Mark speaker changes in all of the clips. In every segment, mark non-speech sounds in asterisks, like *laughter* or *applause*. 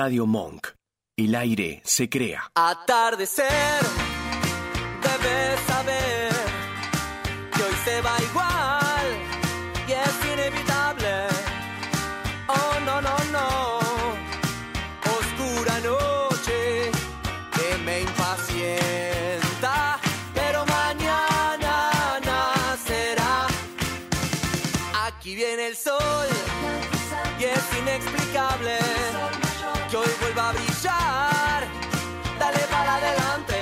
Speaker 1: Radio Monk. El aire se crea.
Speaker 2: Atardecer, debes saber que hoy se va igual y es inevitable. Oh, no, no, no. Oscura noche que me impacienta, pero mañana nacerá. Aquí viene el sol y es inexplicable que hoy vuelva a brillar. Dale para adelante.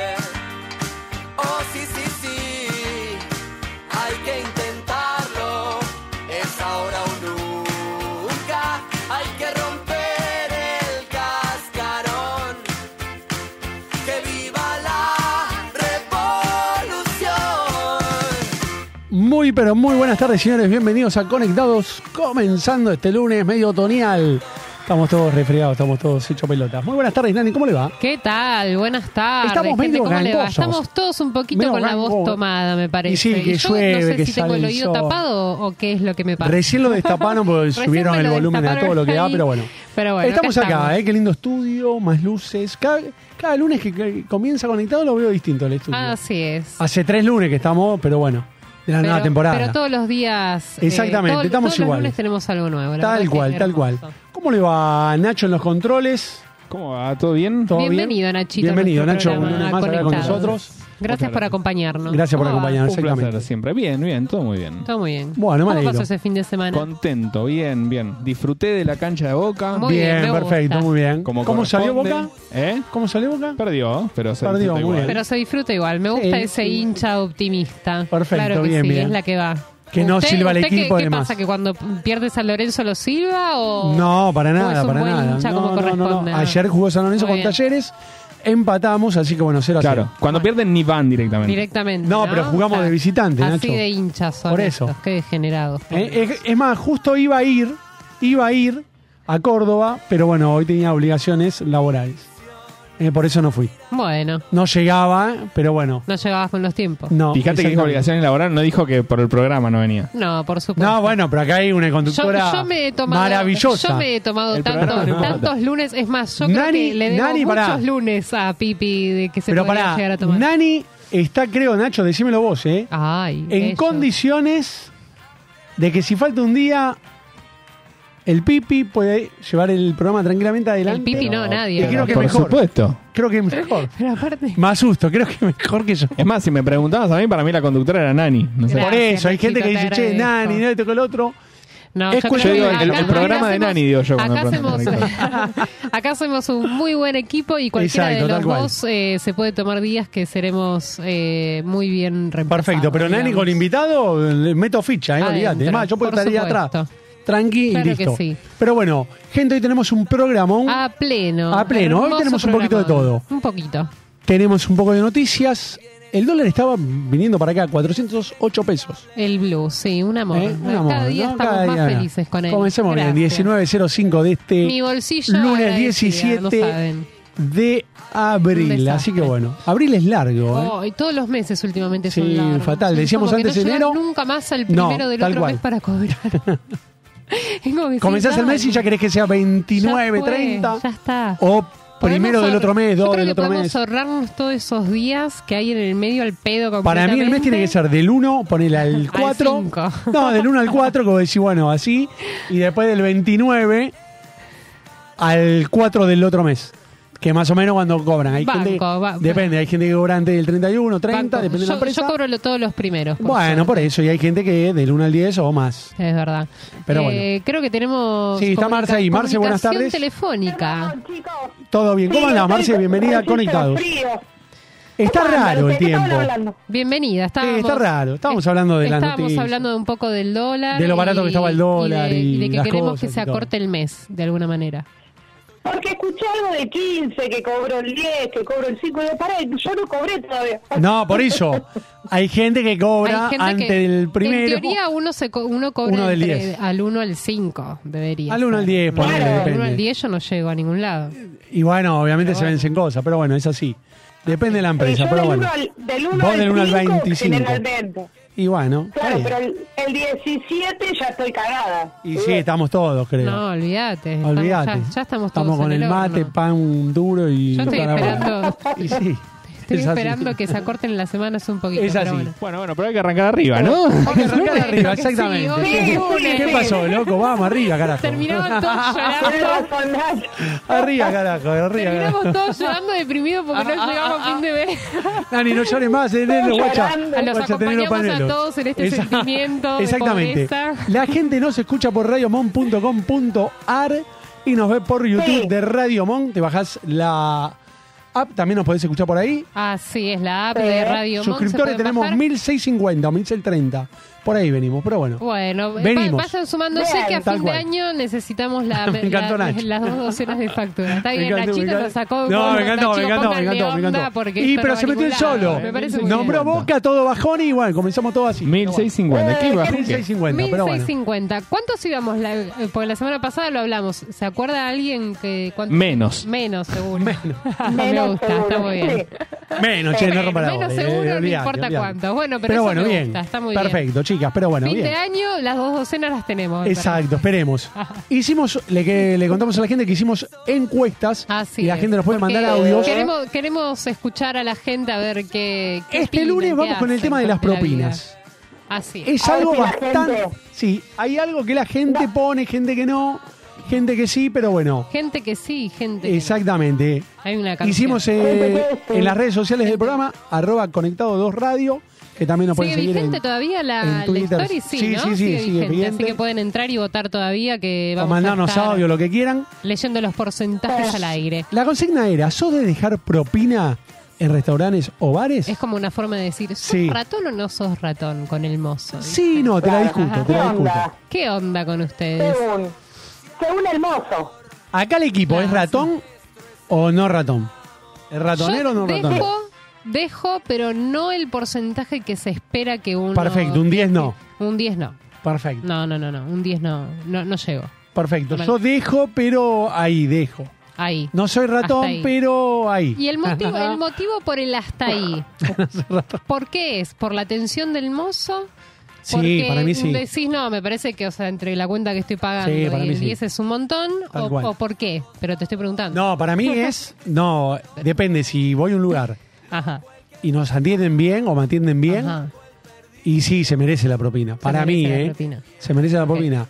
Speaker 2: Oh, sí, sí, sí. Hay que intentarlo. Es ahora o nunca. Hay que romper el cascarón. Que viva la revolución.
Speaker 3: Muy, pero muy buenas tardes, señores. Bienvenidos a Conectados, comenzando este lunes medio otoñal. Estamos todos resfriados, estamos todos hechos pelotas. Muy buenas tardes, Nani, ¿cómo le va?
Speaker 4: ¿Qué tal? Buenas tardes.
Speaker 3: Estamos
Speaker 4: gente,
Speaker 3: medio
Speaker 4: ¿cómo le va?
Speaker 3: gangosos.
Speaker 4: Estamos todos un poquito
Speaker 3: Medio
Speaker 4: con la voz
Speaker 3: gango.
Speaker 4: tomada, me parece.
Speaker 3: Y sí, que
Speaker 4: yo
Speaker 3: llueve,
Speaker 4: no sé
Speaker 3: que
Speaker 4: si tengo
Speaker 3: sale
Speaker 4: el
Speaker 3: el sol.
Speaker 4: oído tapado o qué es lo que me pasa.
Speaker 3: Recién lo destaparon porque
Speaker 4: *laughs* Recién
Speaker 3: subieron
Speaker 4: me
Speaker 3: el
Speaker 4: lo
Speaker 3: volumen a todo
Speaker 4: destaparon
Speaker 3: lo que da,
Speaker 4: ahí.
Speaker 3: pero bueno.
Speaker 4: Pero bueno,
Speaker 3: estamos
Speaker 4: acá
Speaker 3: acá,
Speaker 4: estamos.
Speaker 3: ¿eh? Qué lindo estudio, más luces. Cada, cada lunes que, que comienza conectado lo veo distinto el estudio.
Speaker 4: Así es.
Speaker 3: Hace tres lunes que estamos, pero bueno, de ¿eh? la nueva temporada.
Speaker 4: Ah, Pero todos los días. eh,
Speaker 3: Exactamente,
Speaker 4: todo-
Speaker 3: estamos
Speaker 4: todos
Speaker 3: igual.
Speaker 4: Los lunes tenemos algo nuevo. la verdad
Speaker 3: tal
Speaker 4: que
Speaker 3: cual,
Speaker 4: es
Speaker 3: tal cual.
Speaker 4: hermoso.
Speaker 3: ¿Cómo le va Nacho en los controles?
Speaker 5: ¿Cómo va? ¿Todo bien?
Speaker 3: ¿Todo bien?
Speaker 4: Bienvenido, Nachito. a
Speaker 3: Bienvenido,
Speaker 4: nuestro
Speaker 3: Nacho, un
Speaker 4: programa
Speaker 3: lunes más acá con
Speaker 4: Conectados.
Speaker 3: nosotros.
Speaker 4: Gracias por acompañarnos.
Speaker 3: Gracias por
Speaker 4: ¿Cómo va?
Speaker 3: acompañarnos.
Speaker 5: Ah, Un placer
Speaker 3: Exactamente.
Speaker 5: siempre. Bien, bien, todo muy bien.
Speaker 4: Todo muy bien.
Speaker 3: Bueno, me
Speaker 4: ¿Cómo
Speaker 3: alegro.
Speaker 4: pasó ese fin de semana?
Speaker 5: Contento, bien, bien. Disfruté de la cancha de Boca.
Speaker 4: Muy bien, me gusta.
Speaker 3: perfecto, muy bien.
Speaker 5: como
Speaker 3: ¿Cómo salió Boca?
Speaker 5: corresponde. ¿Eh?
Speaker 3: ¿Cómo salió Boca?
Speaker 5: Perdió, pero se
Speaker 3: Perdió,
Speaker 5: disfruta
Speaker 3: muy
Speaker 5: igual.
Speaker 3: bien.
Speaker 4: Pero se disfruta igual. Me gusta
Speaker 3: Sí,
Speaker 4: ese
Speaker 3: sí.
Speaker 4: hincha optimista.
Speaker 3: Perfecto,
Speaker 4: claro que
Speaker 3: bien,
Speaker 4: sí,
Speaker 3: bien.
Speaker 4: es la que va.
Speaker 3: Que no
Speaker 4: ¿Usted-
Speaker 3: silba el
Speaker 4: usted qué-
Speaker 3: equipo,
Speaker 4: ¿Qué,
Speaker 3: además.
Speaker 4: pasa? ¿Que cuando pierde San Lorenzo lo silba o...?
Speaker 3: No, para
Speaker 4: o Oh, es
Speaker 3: nada,
Speaker 4: un
Speaker 3: para
Speaker 4: buen
Speaker 3: nada.
Speaker 4: hincha
Speaker 3: No,
Speaker 4: como
Speaker 3: no, no, no.
Speaker 4: corresponde?
Speaker 3: Ayer jugó San Lorenzo
Speaker 4: Muy
Speaker 3: con
Speaker 4: bien.
Speaker 3: Talleres, empatamos, así que bueno, 0 a 0.
Speaker 5: Claro, cuando pierden ni van directamente.
Speaker 4: Directamente,
Speaker 3: No, pero jugamos de visitante,
Speaker 4: Así
Speaker 3: Nacho.
Speaker 4: de hinchas son
Speaker 3: Por eso.
Speaker 4: estos, Qué degenerados.
Speaker 3: Eh, es, es más, justo iba a ir, iba a ir a Córdoba, pero bueno, hoy tenía obligaciones laborales. Eh, por eso no fui.
Speaker 4: Bueno,
Speaker 3: No llegaba, pero bueno.
Speaker 4: no llegabas con los tiempos.
Speaker 3: No.
Speaker 5: Fíjate que dijo
Speaker 3: exactamente.
Speaker 5: obligaciones laborales, no dijo que por el programa no venía.
Speaker 4: No, por supuesto.
Speaker 3: No, bueno, pero acá hay una
Speaker 4: Yo,
Speaker 3: conductora
Speaker 4: yo me he tomado,
Speaker 3: maravillosa.
Speaker 4: Yo me he tomado
Speaker 5: El
Speaker 4: tantos,
Speaker 5: programa no importa.
Speaker 4: tantos lunes. Es más, yo creo
Speaker 3: Nani-
Speaker 4: que le debo
Speaker 3: Nani,
Speaker 4: muchos
Speaker 3: pará.
Speaker 4: lunes a Pipi de que se
Speaker 3: pero
Speaker 4: podría
Speaker 3: pará,
Speaker 4: llegar a tomar. Ah,
Speaker 3: Nani está, creo, Nacho, decímelo vos, ¿eh?
Speaker 4: Ay,
Speaker 3: en
Speaker 4: bello.
Speaker 3: condiciones de que si falta un día, el Pipi puede llevar el programa tranquilamente adelante.
Speaker 4: El pipi no, nadie.
Speaker 3: Y creo que
Speaker 5: por
Speaker 3: mejor.
Speaker 5: supuesto.
Speaker 3: Creo que es mejor.
Speaker 4: Pero aparte.
Speaker 3: Me asusto, creo que mejor que yo.
Speaker 5: Es más, si me preguntabas a mí, para mí la conductora era Nani. No sé.
Speaker 4: Gracias,
Speaker 3: Por eso, hay gente que dice,
Speaker 4: Nachito, te
Speaker 3: che,
Speaker 4: agradezco".
Speaker 3: Nani, no le tocó el otro.
Speaker 4: No,
Speaker 3: Es
Speaker 4: yo
Speaker 3: curioso,
Speaker 4: creo que
Speaker 3: digo, el-
Speaker 4: acá-
Speaker 3: el
Speaker 5: programa
Speaker 4: acá
Speaker 5: de
Speaker 4: hacemos-
Speaker 5: Nani, digo yo, cuando
Speaker 4: Acá hacemos,
Speaker 5: preguntan
Speaker 4: *laughs* acá hacemos un muy buen equipo y cualquiera
Speaker 3: Exacto,
Speaker 4: de
Speaker 3: tal
Speaker 4: los
Speaker 3: cual.
Speaker 4: dos eh, se puede tomar días que seremos eh, muy bien reemplazados.
Speaker 3: Perfecto, pero Nani
Speaker 4: digamos.
Speaker 3: con invitado, le meto ficha, ¿eh?
Speaker 4: Adentro,
Speaker 3: olvídate. Es más, yo puedo
Speaker 4: por
Speaker 3: estar ahí
Speaker 4: supuesto.
Speaker 3: atrás. Tranqui
Speaker 4: Claro
Speaker 3: y
Speaker 4: que
Speaker 3: listo.
Speaker 4: sí. Ah,
Speaker 3: Pero bueno, gente, hoy tenemos un programón.
Speaker 4: A pleno.
Speaker 3: A pleno. Hoy
Speaker 4: Hermoso
Speaker 3: tenemos un poquito de
Speaker 4: programa.
Speaker 3: todo.
Speaker 4: Un poquito.
Speaker 3: Tenemos un poco de noticias. El dólar estaba viniendo para acá, 408 pesos.
Speaker 4: El blues, sí, un amor.
Speaker 3: ¿Eh? Un amor,
Speaker 4: Cada día
Speaker 3: ¿no?
Speaker 4: estamos
Speaker 3: Cada
Speaker 4: más
Speaker 3: día.
Speaker 4: felices con él.
Speaker 3: Comencemos
Speaker 4: Gracias.
Speaker 3: bien, ¿eh? 19.05 de
Speaker 4: Mi
Speaker 3: este
Speaker 4: bolsillo.
Speaker 3: lunes
Speaker 4: agradecida, lo
Speaker 3: 17
Speaker 4: saben.
Speaker 3: de
Speaker 4: Un
Speaker 3: abril.
Speaker 4: desastre.
Speaker 3: Así que bueno, abril es largo. ¿eh?
Speaker 4: Oh, y todos los meses últimamente
Speaker 3: Sí,
Speaker 4: son largos.
Speaker 3: fatal.
Speaker 4: Es
Speaker 3: Decíamos
Speaker 4: como que
Speaker 3: antes
Speaker 4: no llegan
Speaker 3: enero.
Speaker 4: nunca más al
Speaker 3: No,
Speaker 4: primero del
Speaker 3: tal
Speaker 4: otro
Speaker 3: cual.
Speaker 4: mes para cobrar. *laughs* Es como que
Speaker 3: Comenzás
Speaker 4: sí,
Speaker 3: el mes y ya
Speaker 4: dale.
Speaker 3: querés que sea 29,
Speaker 4: Ya fue,
Speaker 3: 30.
Speaker 4: Ya está.
Speaker 3: O
Speaker 4: Podemos
Speaker 3: primero del
Speaker 4: ahor-
Speaker 3: otro mes,
Speaker 4: yo
Speaker 3: dos
Speaker 4: creo
Speaker 3: del
Speaker 4: que
Speaker 3: otro
Speaker 4: podemos
Speaker 3: mes.
Speaker 4: ahorrarnos todos esos días que hay en el medio al pedo
Speaker 3: Para mí el mes tiene que ser del 1, ponele al 4.
Speaker 4: cinco.
Speaker 3: *laughs* no, del 1 al 4, como decís, bueno, así. Y después del 29 al 4 del otro mes. Que más o menos cuando cobran. Hay
Speaker 4: Banco,
Speaker 3: gente,
Speaker 4: va-
Speaker 3: depende, hay gente que cobra antes del 31, 30,
Speaker 4: Banco.
Speaker 3: depende de la
Speaker 4: yo,
Speaker 3: empresa.
Speaker 4: yo cobro lo- todos los primeros. por
Speaker 3: Bueno,
Speaker 4: suerte.
Speaker 3: por eso, y hay gente que del 1 al 10 o más.
Speaker 4: Es verdad.
Speaker 3: Pero
Speaker 4: Eh,
Speaker 3: bueno.
Speaker 4: Creo que tenemos.
Speaker 3: Sí, está
Speaker 4: comunica-
Speaker 3: Marce ahí. Marce, buenas
Speaker 4: comunicación
Speaker 3: tardes.
Speaker 4: telefónica.
Speaker 6: Perdón, chicos.
Speaker 3: Todo bien. ¿Cómo
Speaker 6: Sí,
Speaker 3: andás,
Speaker 6: estoy
Speaker 3: Marce?
Speaker 6: con-
Speaker 3: Bienvenida a
Speaker 6: con el
Speaker 3: Conectados.
Speaker 6: frío.
Speaker 3: Está
Speaker 6: ¿Cómo andan
Speaker 3: raro el
Speaker 6: ustedes? ¿Qué estaban
Speaker 3: tiempo.
Speaker 6: hablando?
Speaker 4: Bienvenida. Estábamos,
Speaker 3: Sí, está raro. Estábamos hablando de las
Speaker 4: Estábamos
Speaker 3: noticias.
Speaker 4: hablando de un poco del dólar.
Speaker 3: De lo barato que estaba el
Speaker 4: y-
Speaker 3: dólar
Speaker 4: de-
Speaker 3: y
Speaker 4: de que
Speaker 3: las
Speaker 4: queremos
Speaker 3: cosas
Speaker 4: que
Speaker 3: y
Speaker 4: se
Speaker 3: todo.
Speaker 4: acorte el mes, de alguna manera.
Speaker 6: Porque escuché algo de 15, que cobro el 10, que cobro el 5. Y yo, pará, yo no cobré todavía.
Speaker 3: No, por eso. Hay gente que cobra
Speaker 4: Hay gente
Speaker 3: antes
Speaker 4: que,
Speaker 3: del primero.
Speaker 4: En teoría, uno, se co- uno cobra
Speaker 3: Uno del
Speaker 4: entre-
Speaker 3: 10.
Speaker 4: al 1 al 5, debería.
Speaker 3: Al uno
Speaker 4: ser.
Speaker 3: al 10, ponele,
Speaker 6: Claro.
Speaker 4: Al 1 al
Speaker 3: depende.
Speaker 4: 10 yo no llego a ningún lado.
Speaker 3: Y bueno, obviamente
Speaker 4: Pero
Speaker 3: se
Speaker 4: bueno.
Speaker 3: vencen cosas, pero bueno, es así. Depende de la
Speaker 6: Y Eh, yo
Speaker 3: empresa,
Speaker 6: del
Speaker 3: pero bueno.
Speaker 6: uno al- del 1
Speaker 3: Vos
Speaker 6: al,
Speaker 3: del uno al
Speaker 6: 25,
Speaker 3: 25.
Speaker 6: generalmente.
Speaker 3: Y bueno, está
Speaker 6: Claro,
Speaker 3: bien.
Speaker 6: pero el, el 17 ya estoy cagada.
Speaker 3: y sí, estamos todos, creo.
Speaker 4: No, olvídate. estamos-
Speaker 3: Olvídate.
Speaker 4: Ya, ya estamos todos.
Speaker 3: con
Speaker 4: en
Speaker 3: el mate,
Speaker 4: horno.
Speaker 3: pan duro y.
Speaker 4: Yo estoy
Speaker 3: toda la bola.
Speaker 4: esperando.
Speaker 3: Y sí.
Speaker 4: Estoy
Speaker 3: es así.
Speaker 4: esperando que se acorten las semanas un poquito.
Speaker 3: Es
Speaker 4: pero
Speaker 3: así.
Speaker 4: bueno.
Speaker 5: Bueno, bueno, pero hay que arrancar arriba, ¿no?
Speaker 3: Hay que arrancar
Speaker 4: Creo
Speaker 3: arriba,
Speaker 4: que sí,
Speaker 3: exactamente.
Speaker 4: hoy
Speaker 3: ¿Qué-
Speaker 6: es
Speaker 3: ¿Qué,
Speaker 6: lunes.
Speaker 3: qué pasó, loco? Vamos arriba, carajo.
Speaker 4: Terminaban todos
Speaker 6: Ah, Tenés
Speaker 4: llorando.
Speaker 6: razón, Nat.
Speaker 3: *laughs* Arriba, carajo, arriba.
Speaker 4: Terminamos
Speaker 3: *laughs* carajo.
Speaker 4: todos llorando deprimidos
Speaker 3: Ah,
Speaker 4: porque no llegamos a fin de mes.
Speaker 3: Dani, no llores más, eh, nene,
Speaker 6: Estoy
Speaker 3: guacha.
Speaker 6: llorando.
Speaker 4: A los
Speaker 3: Guacha, tenés los
Speaker 4: acompañamos
Speaker 3: pañuelos.
Speaker 4: a todos en este
Speaker 3: Esa- *laughs*
Speaker 4: sentimiento de
Speaker 3: Exactamente.
Speaker 4: pobreza.
Speaker 3: La gente nos escucha por radiomon.com.ar y nos ve por YouTube
Speaker 6: Sí.
Speaker 3: de Radio Mon. Te bajás la app, también nos podés escuchar por ahí.
Speaker 4: Así Ah, es, la app
Speaker 6: Sí.
Speaker 4: de Radio Monk se
Speaker 3: Eh, Suscriptores
Speaker 4: puede
Speaker 3: tenemos
Speaker 4: bajar.
Speaker 3: 1650 o 1630. Por ahí venimos, pero bueno.
Speaker 4: Bueno, va-
Speaker 3: Venimos.
Speaker 4: vayan sumando. Sé
Speaker 6: Bien,
Speaker 4: que a
Speaker 3: tal
Speaker 4: fin
Speaker 3: cual.
Speaker 4: de año necesitamos la,
Speaker 3: *laughs* Me encantó
Speaker 4: la-
Speaker 3: Nacho.
Speaker 4: las dos docenas de factura.
Speaker 3: *laughs*
Speaker 4: Está
Speaker 3: Me
Speaker 4: bien,
Speaker 3: encantó, me
Speaker 4: Nachito
Speaker 3: encantó.
Speaker 4: lo sacó. de
Speaker 3: No,
Speaker 4: cuenta,
Speaker 3: me encantó, me
Speaker 4: chicos,
Speaker 3: encantó, me
Speaker 4: pónganle
Speaker 3: encantó, me
Speaker 4: onda
Speaker 3: encantó.
Speaker 4: porque
Speaker 3: Y
Speaker 4: esto
Speaker 3: pero
Speaker 4: no
Speaker 3: se
Speaker 4: va a
Speaker 3: metió el
Speaker 4: ningún lado.
Speaker 3: solo.
Speaker 4: Me parece muy
Speaker 3: Nombró
Speaker 5: bien.
Speaker 3: Boca, todo bajón y bueno, comenzamos todo así.
Speaker 5: 1650. ¿Qué
Speaker 3: Eh,
Speaker 5: iba? ¿Qué?
Speaker 3: 1650, pero bueno.
Speaker 4: 1650. ¿Cuántos íbamos? La, eh, porque la semana pasada lo hablamos. ¿Se acuerda alguien que cuánto-
Speaker 5: Menos.
Speaker 4: Menos seguro.
Speaker 3: Menos.
Speaker 4: *laughs* Ah, Me
Speaker 6: Menos
Speaker 4: gusta,
Speaker 6: seguro,
Speaker 4: está muy bien.
Speaker 6: sí.
Speaker 3: Menos, che, no rompa la
Speaker 4: Menos
Speaker 3: bola, eh,
Speaker 4: seguro, no
Speaker 3: olvidate,
Speaker 4: importa
Speaker 3: olvidate.
Speaker 4: cuánto. Bueno, pero
Speaker 3: pero
Speaker 4: eso
Speaker 3: bueno,
Speaker 4: me
Speaker 3: bien.
Speaker 4: gusta, está muy bien.
Speaker 3: Perfecto, chicas, pero bueno,
Speaker 4: fin
Speaker 3: bien.
Speaker 4: de año, las dos docenas las tenemos. me parece.
Speaker 3: Exacto,
Speaker 4: *laughs*
Speaker 3: esperemos. Hicimos, le, que, le contamos a la gente que hicimos encuestas
Speaker 4: Así
Speaker 3: y la
Speaker 4: es,
Speaker 3: gente nos puede
Speaker 4: Ah, porque
Speaker 3: mandar audios.
Speaker 4: Queremos, queremos escuchar a la gente a ver qué. qué
Speaker 3: Este
Speaker 4: opinan,
Speaker 3: lunes
Speaker 4: qué
Speaker 3: vamos con el
Speaker 4: hacen
Speaker 3: tema de las
Speaker 4: durante la
Speaker 3: propinas.
Speaker 4: vida. Así. es.
Speaker 3: Es
Speaker 6: A ver
Speaker 3: algo
Speaker 6: si la
Speaker 3: bastante...
Speaker 6: gente-
Speaker 3: Sí, hay algo que la gente pone, gente que no, gente que sí, pero bueno.
Speaker 4: Gente que sí, gente. que no.
Speaker 3: Exactamente.
Speaker 4: Hay una canción.
Speaker 3: Hicimos eh,
Speaker 6: Gente que sí.
Speaker 3: en las redes sociales del programa, arroba conectado 2 radio, que también nos pueden
Speaker 4: ¿Sigue
Speaker 3: seguir en,
Speaker 4: vigente todavía
Speaker 3: en
Speaker 4: la, la
Speaker 3: Twitter.
Speaker 4: story? Sí,
Speaker 3: Sí,
Speaker 4: ¿no?
Speaker 3: sí, sí,
Speaker 4: sigue,
Speaker 3: sigue
Speaker 4: vigente.
Speaker 3: vigente.
Speaker 4: Así que pueden entrar y votar todavía que
Speaker 3: o
Speaker 4: vamos a
Speaker 3: mandarnos
Speaker 4: estar
Speaker 3: audio, lo que quieran.
Speaker 4: leyendo los porcentajes al aire.
Speaker 3: La consigna era, ¿sos de dejar propina en restaurantes o bares?
Speaker 4: Es como una forma de decir, ¿sos
Speaker 3: Sí.
Speaker 4: ratón o no sos ratón con el mozo?
Speaker 3: Sí, no, te la discuto, te
Speaker 6: ¿Qué
Speaker 3: la discuto.
Speaker 6: onda?
Speaker 4: ¿Qué onda con ustedes?
Speaker 6: Según. Según el mozo.
Speaker 3: Acá el equipo, ¿es
Speaker 4: Claro,
Speaker 3: ratón o no ratón? ¿Es ratonero
Speaker 4: Yo
Speaker 3: o no ratón?
Speaker 4: dejo, dejo, pero no el porcentaje que se espera que uno...
Speaker 3: Perfecto, un 10 no.
Speaker 4: Un 10 no.
Speaker 3: Perfecto,
Speaker 4: No, no, no, no. Un 10 no. No, no llego.
Speaker 3: perfecto. Yo dejo, pero ahí dejo.
Speaker 4: Ahí.
Speaker 3: No soy
Speaker 4: Hasta
Speaker 3: ratón,
Speaker 4: ahí.
Speaker 3: pero ahí.
Speaker 4: Y el motivo, el motivo por el
Speaker 3: *laughs*
Speaker 4: hasta ahí. ¿Por qué es? ¿Por la atención del mozo?
Speaker 3: Sí,
Speaker 4: Porque
Speaker 3: para mí sí.
Speaker 4: Decís, no, me parece que, o sea, entre la cuenta que estoy pagando
Speaker 3: Sí, para
Speaker 4: y
Speaker 3: mí
Speaker 4: el
Speaker 3: sí.
Speaker 4: 10 es un montón,
Speaker 3: Tal
Speaker 4: o,
Speaker 3: cual.
Speaker 4: o por qué? Pero te estoy preguntando.
Speaker 3: No, para mí es... No, depende. Si voy a un lugar
Speaker 4: Ajá.
Speaker 3: y nos atienden bien o me atienden bien,
Speaker 4: ajá.
Speaker 3: y sí, se merece la propina. Para mí,
Speaker 4: merece la
Speaker 3: ¿eh?
Speaker 4: propina.
Speaker 3: Se merece la propina.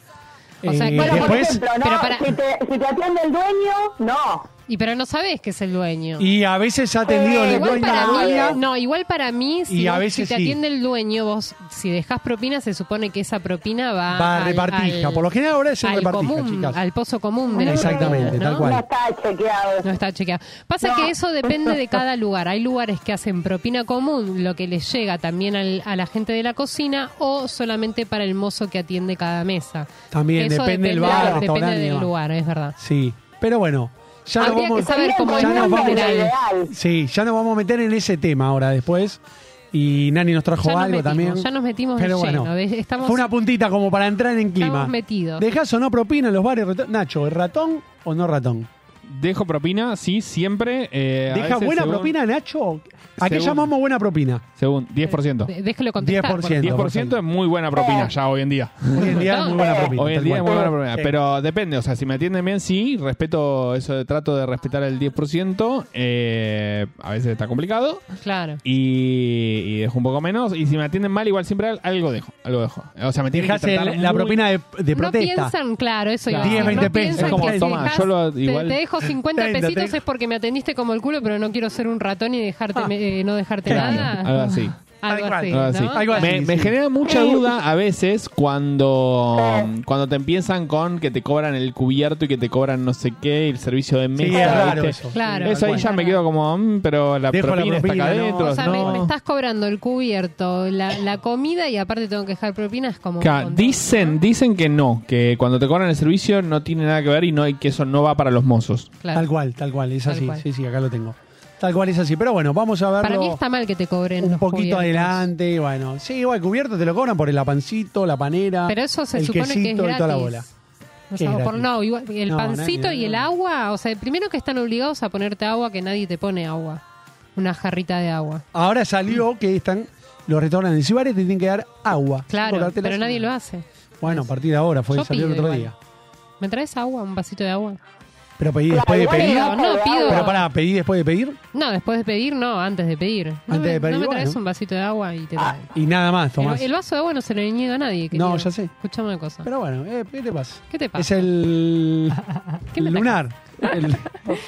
Speaker 4: O sea,
Speaker 3: Eh,
Speaker 4: bueno,
Speaker 6: Bueno, por
Speaker 3: después...
Speaker 6: ejemplo, ¿no?
Speaker 4: pero para-
Speaker 6: si, te, si te atiende el dueño, no.
Speaker 4: Y pero no sabés que es el dueño.
Speaker 3: Y a veces ha atendido
Speaker 6: Sí,
Speaker 3: el
Speaker 4: Eh, Igual
Speaker 3: dueño a la
Speaker 4: para mí,
Speaker 3: dueña.
Speaker 4: no, igual para mí, si,
Speaker 3: Y a
Speaker 4: vos-
Speaker 3: veces
Speaker 4: si te
Speaker 3: sí.
Speaker 4: atiende el dueño, vos, si dejas propina, se supone que esa propina va,
Speaker 3: Va a
Speaker 4: al-
Speaker 3: repartija.
Speaker 4: al-
Speaker 3: Por lo general ahora es en
Speaker 4: al
Speaker 3: repartija,
Speaker 4: común,
Speaker 3: chicas.
Speaker 4: Al pozo común de la
Speaker 3: Exactamente,
Speaker 4: propina, ¿no?
Speaker 3: tal cual.
Speaker 6: No está chequeado.
Speaker 4: No está chequeado. Pasa
Speaker 6: No.
Speaker 4: que eso depende de cada lugar. Hay lugares que hacen propina común, lo que les llega también al- a la gente de la cocina, o solamente para el mozo que atiende cada mesa.
Speaker 3: También,
Speaker 4: Eso
Speaker 3: depende del
Speaker 4: depende-
Speaker 3: bar,
Speaker 4: depende
Speaker 3: restaurante y
Speaker 4: del
Speaker 3: demás.
Speaker 4: lugar, es verdad.
Speaker 3: Sí, pero bueno, ya nos
Speaker 4: Habría que
Speaker 3: vamos,
Speaker 4: saber cómo
Speaker 3: ya
Speaker 4: es
Speaker 3: nos
Speaker 4: la
Speaker 3: vamos,
Speaker 4: general.
Speaker 6: ideal.
Speaker 3: sí, ya nos vamos a meter en ese tema ahora después. Y Nani nos trajo
Speaker 4: Ya nos
Speaker 3: algo
Speaker 4: metimos,
Speaker 3: también.
Speaker 4: ya nos metimos de
Speaker 3: pero
Speaker 4: lleno,
Speaker 3: bueno,
Speaker 4: ¿ves? Estamos-
Speaker 3: fue una puntita como para entrar en clima.
Speaker 4: Estamos metidos.
Speaker 3: ¿Dejas o no propina en los bares? Reto- Nacho, ¿es ratón o no ratón?
Speaker 5: Dejo propina, sí, siempre. eh, a
Speaker 3: ¿Deja
Speaker 5: veces
Speaker 3: buena
Speaker 5: según-
Speaker 3: propina, Nacho? ¿A qué
Speaker 5: según-
Speaker 3: llamamos buena propina?
Speaker 5: Según, 10%.
Speaker 4: De- Déjelo contestar.
Speaker 3: 10%.
Speaker 5: 10% es muy buena propina ya hoy en día.
Speaker 3: Hoy en día es muy buena propina.
Speaker 5: Hoy en
Speaker 3: tal
Speaker 5: día es
Speaker 3: cual. Eh.
Speaker 5: muy buena propina.
Speaker 3: Sí.
Speaker 5: Pero depende, o sea, si me atienden bien, sí, respeto eso, de, trato de respetar el 10%. eh, a veces está complicado.
Speaker 4: porque- Claro.
Speaker 5: Y, y dejo un poco menos. Y si me atienden mal, igual siempre al- algo dejo. Algo dejo. O sea, me tienen
Speaker 3: Dejás
Speaker 5: que tratar
Speaker 3: el- la
Speaker 5: muy-
Speaker 3: propina de, de
Speaker 4: No
Speaker 3: protesta.
Speaker 4: piensan, claro, eso iba a
Speaker 3: 10,
Speaker 4: decir,
Speaker 3: 20
Speaker 4: no
Speaker 3: pesos.
Speaker 4: piensan
Speaker 3: Es como,
Speaker 4: que
Speaker 5: toma,
Speaker 4: si dejás-
Speaker 5: yo lo-
Speaker 4: te-
Speaker 5: igual-
Speaker 4: te, dejo 50
Speaker 3: Treinta, Ah. te
Speaker 4: pesitos
Speaker 3: dejo.
Speaker 4: es porque me atendiste como el culo, pero no quiero ser un ratón y dejarte me- eh, no dejarte
Speaker 5: Claro,
Speaker 4: nada.
Speaker 5: algo así.
Speaker 4: Algo
Speaker 3: Tal cual.
Speaker 4: así,
Speaker 5: Algo así.
Speaker 4: ¿no?
Speaker 3: Algo así,
Speaker 5: me,
Speaker 3: sí.
Speaker 5: me genera mucha duda a veces cuando, cuando te empiezan con que te cobran el cubierto y que te cobran no sé qué, el servicio de mesa.
Speaker 3: Sí, es raro
Speaker 5: ¿viste?
Speaker 3: eso.
Speaker 4: Claro.
Speaker 5: Eso ahí ya me quedo como, mm, pero la
Speaker 3: Dejo la
Speaker 5: propina, está acá
Speaker 3: propina, ¿no?
Speaker 5: adentro.
Speaker 4: O sea, me,
Speaker 5: ¿no?
Speaker 4: me estás cobrando el cubierto, la, la comida y aparte tengo que dejar propinas como... un
Speaker 5: Ca-
Speaker 4: montón.
Speaker 5: dicen, dicen que no, que cuando te cobran el servicio no tiene nada que ver y no y que eso no va para los mozos.
Speaker 4: Claro.
Speaker 3: Tal cual, tal cual, es
Speaker 4: Tal
Speaker 3: así.
Speaker 4: cual.
Speaker 3: Sí, sí, acá lo tengo. Tal cual es así. Pero bueno, vamos a verlo
Speaker 4: Para mí está mal que te cobren
Speaker 3: un
Speaker 4: los
Speaker 3: poquito
Speaker 4: cubiertos.
Speaker 3: adelante. Bueno, sí, igual cubierto te lo cobran por el apancito, la panera,
Speaker 4: Pero eso se
Speaker 3: el
Speaker 4: supone
Speaker 3: quesito
Speaker 4: que es gratis.
Speaker 3: y toda la bola.
Speaker 4: O
Speaker 3: ¿Qué
Speaker 4: sea,
Speaker 3: es
Speaker 4: por
Speaker 3: gratis?
Speaker 4: no, igual- el
Speaker 3: No,
Speaker 4: pancito
Speaker 3: nadie-
Speaker 4: y el agua, o sea, primero que están obligados a ponerte agua que nadie te pone agua, una jarrita de agua.
Speaker 3: Ahora salió que están los restaurantes y bares te tienen que dar agua.
Speaker 4: Claro,
Speaker 3: Cortártela
Speaker 4: pero
Speaker 3: así.
Speaker 4: nadie lo hace.
Speaker 3: Bueno, a partir de ahora, fue
Speaker 4: Yo
Speaker 3: salió el
Speaker 4: pido
Speaker 3: otro
Speaker 4: igual.
Speaker 3: día.
Speaker 4: ¿Me traes agua? ¿Un vasito de agua?
Speaker 3: Pero pedí después de
Speaker 6: igual el
Speaker 3: pedir.
Speaker 4: No, no,
Speaker 6: vaso de
Speaker 4: pido-
Speaker 6: agua.
Speaker 3: Pero pará, pedí después de pedir
Speaker 4: No, después de pedir, no, antes de pedir. No
Speaker 3: Antes
Speaker 4: me,
Speaker 3: de pedir,
Speaker 4: no me
Speaker 3: bueno.
Speaker 4: traes un vasito de agua y te traen.
Speaker 3: y nada más, Tomás.
Speaker 4: El, el vaso de agua no se le niega a nadie. querido.
Speaker 3: No, ya sé.
Speaker 4: Escuchame una cosa.
Speaker 3: Pero bueno, eh, ¿qué te pasa?
Speaker 4: ¿Qué te pasa?
Speaker 3: Es el
Speaker 4: *laughs* ¿Qué me
Speaker 3: lunar. El,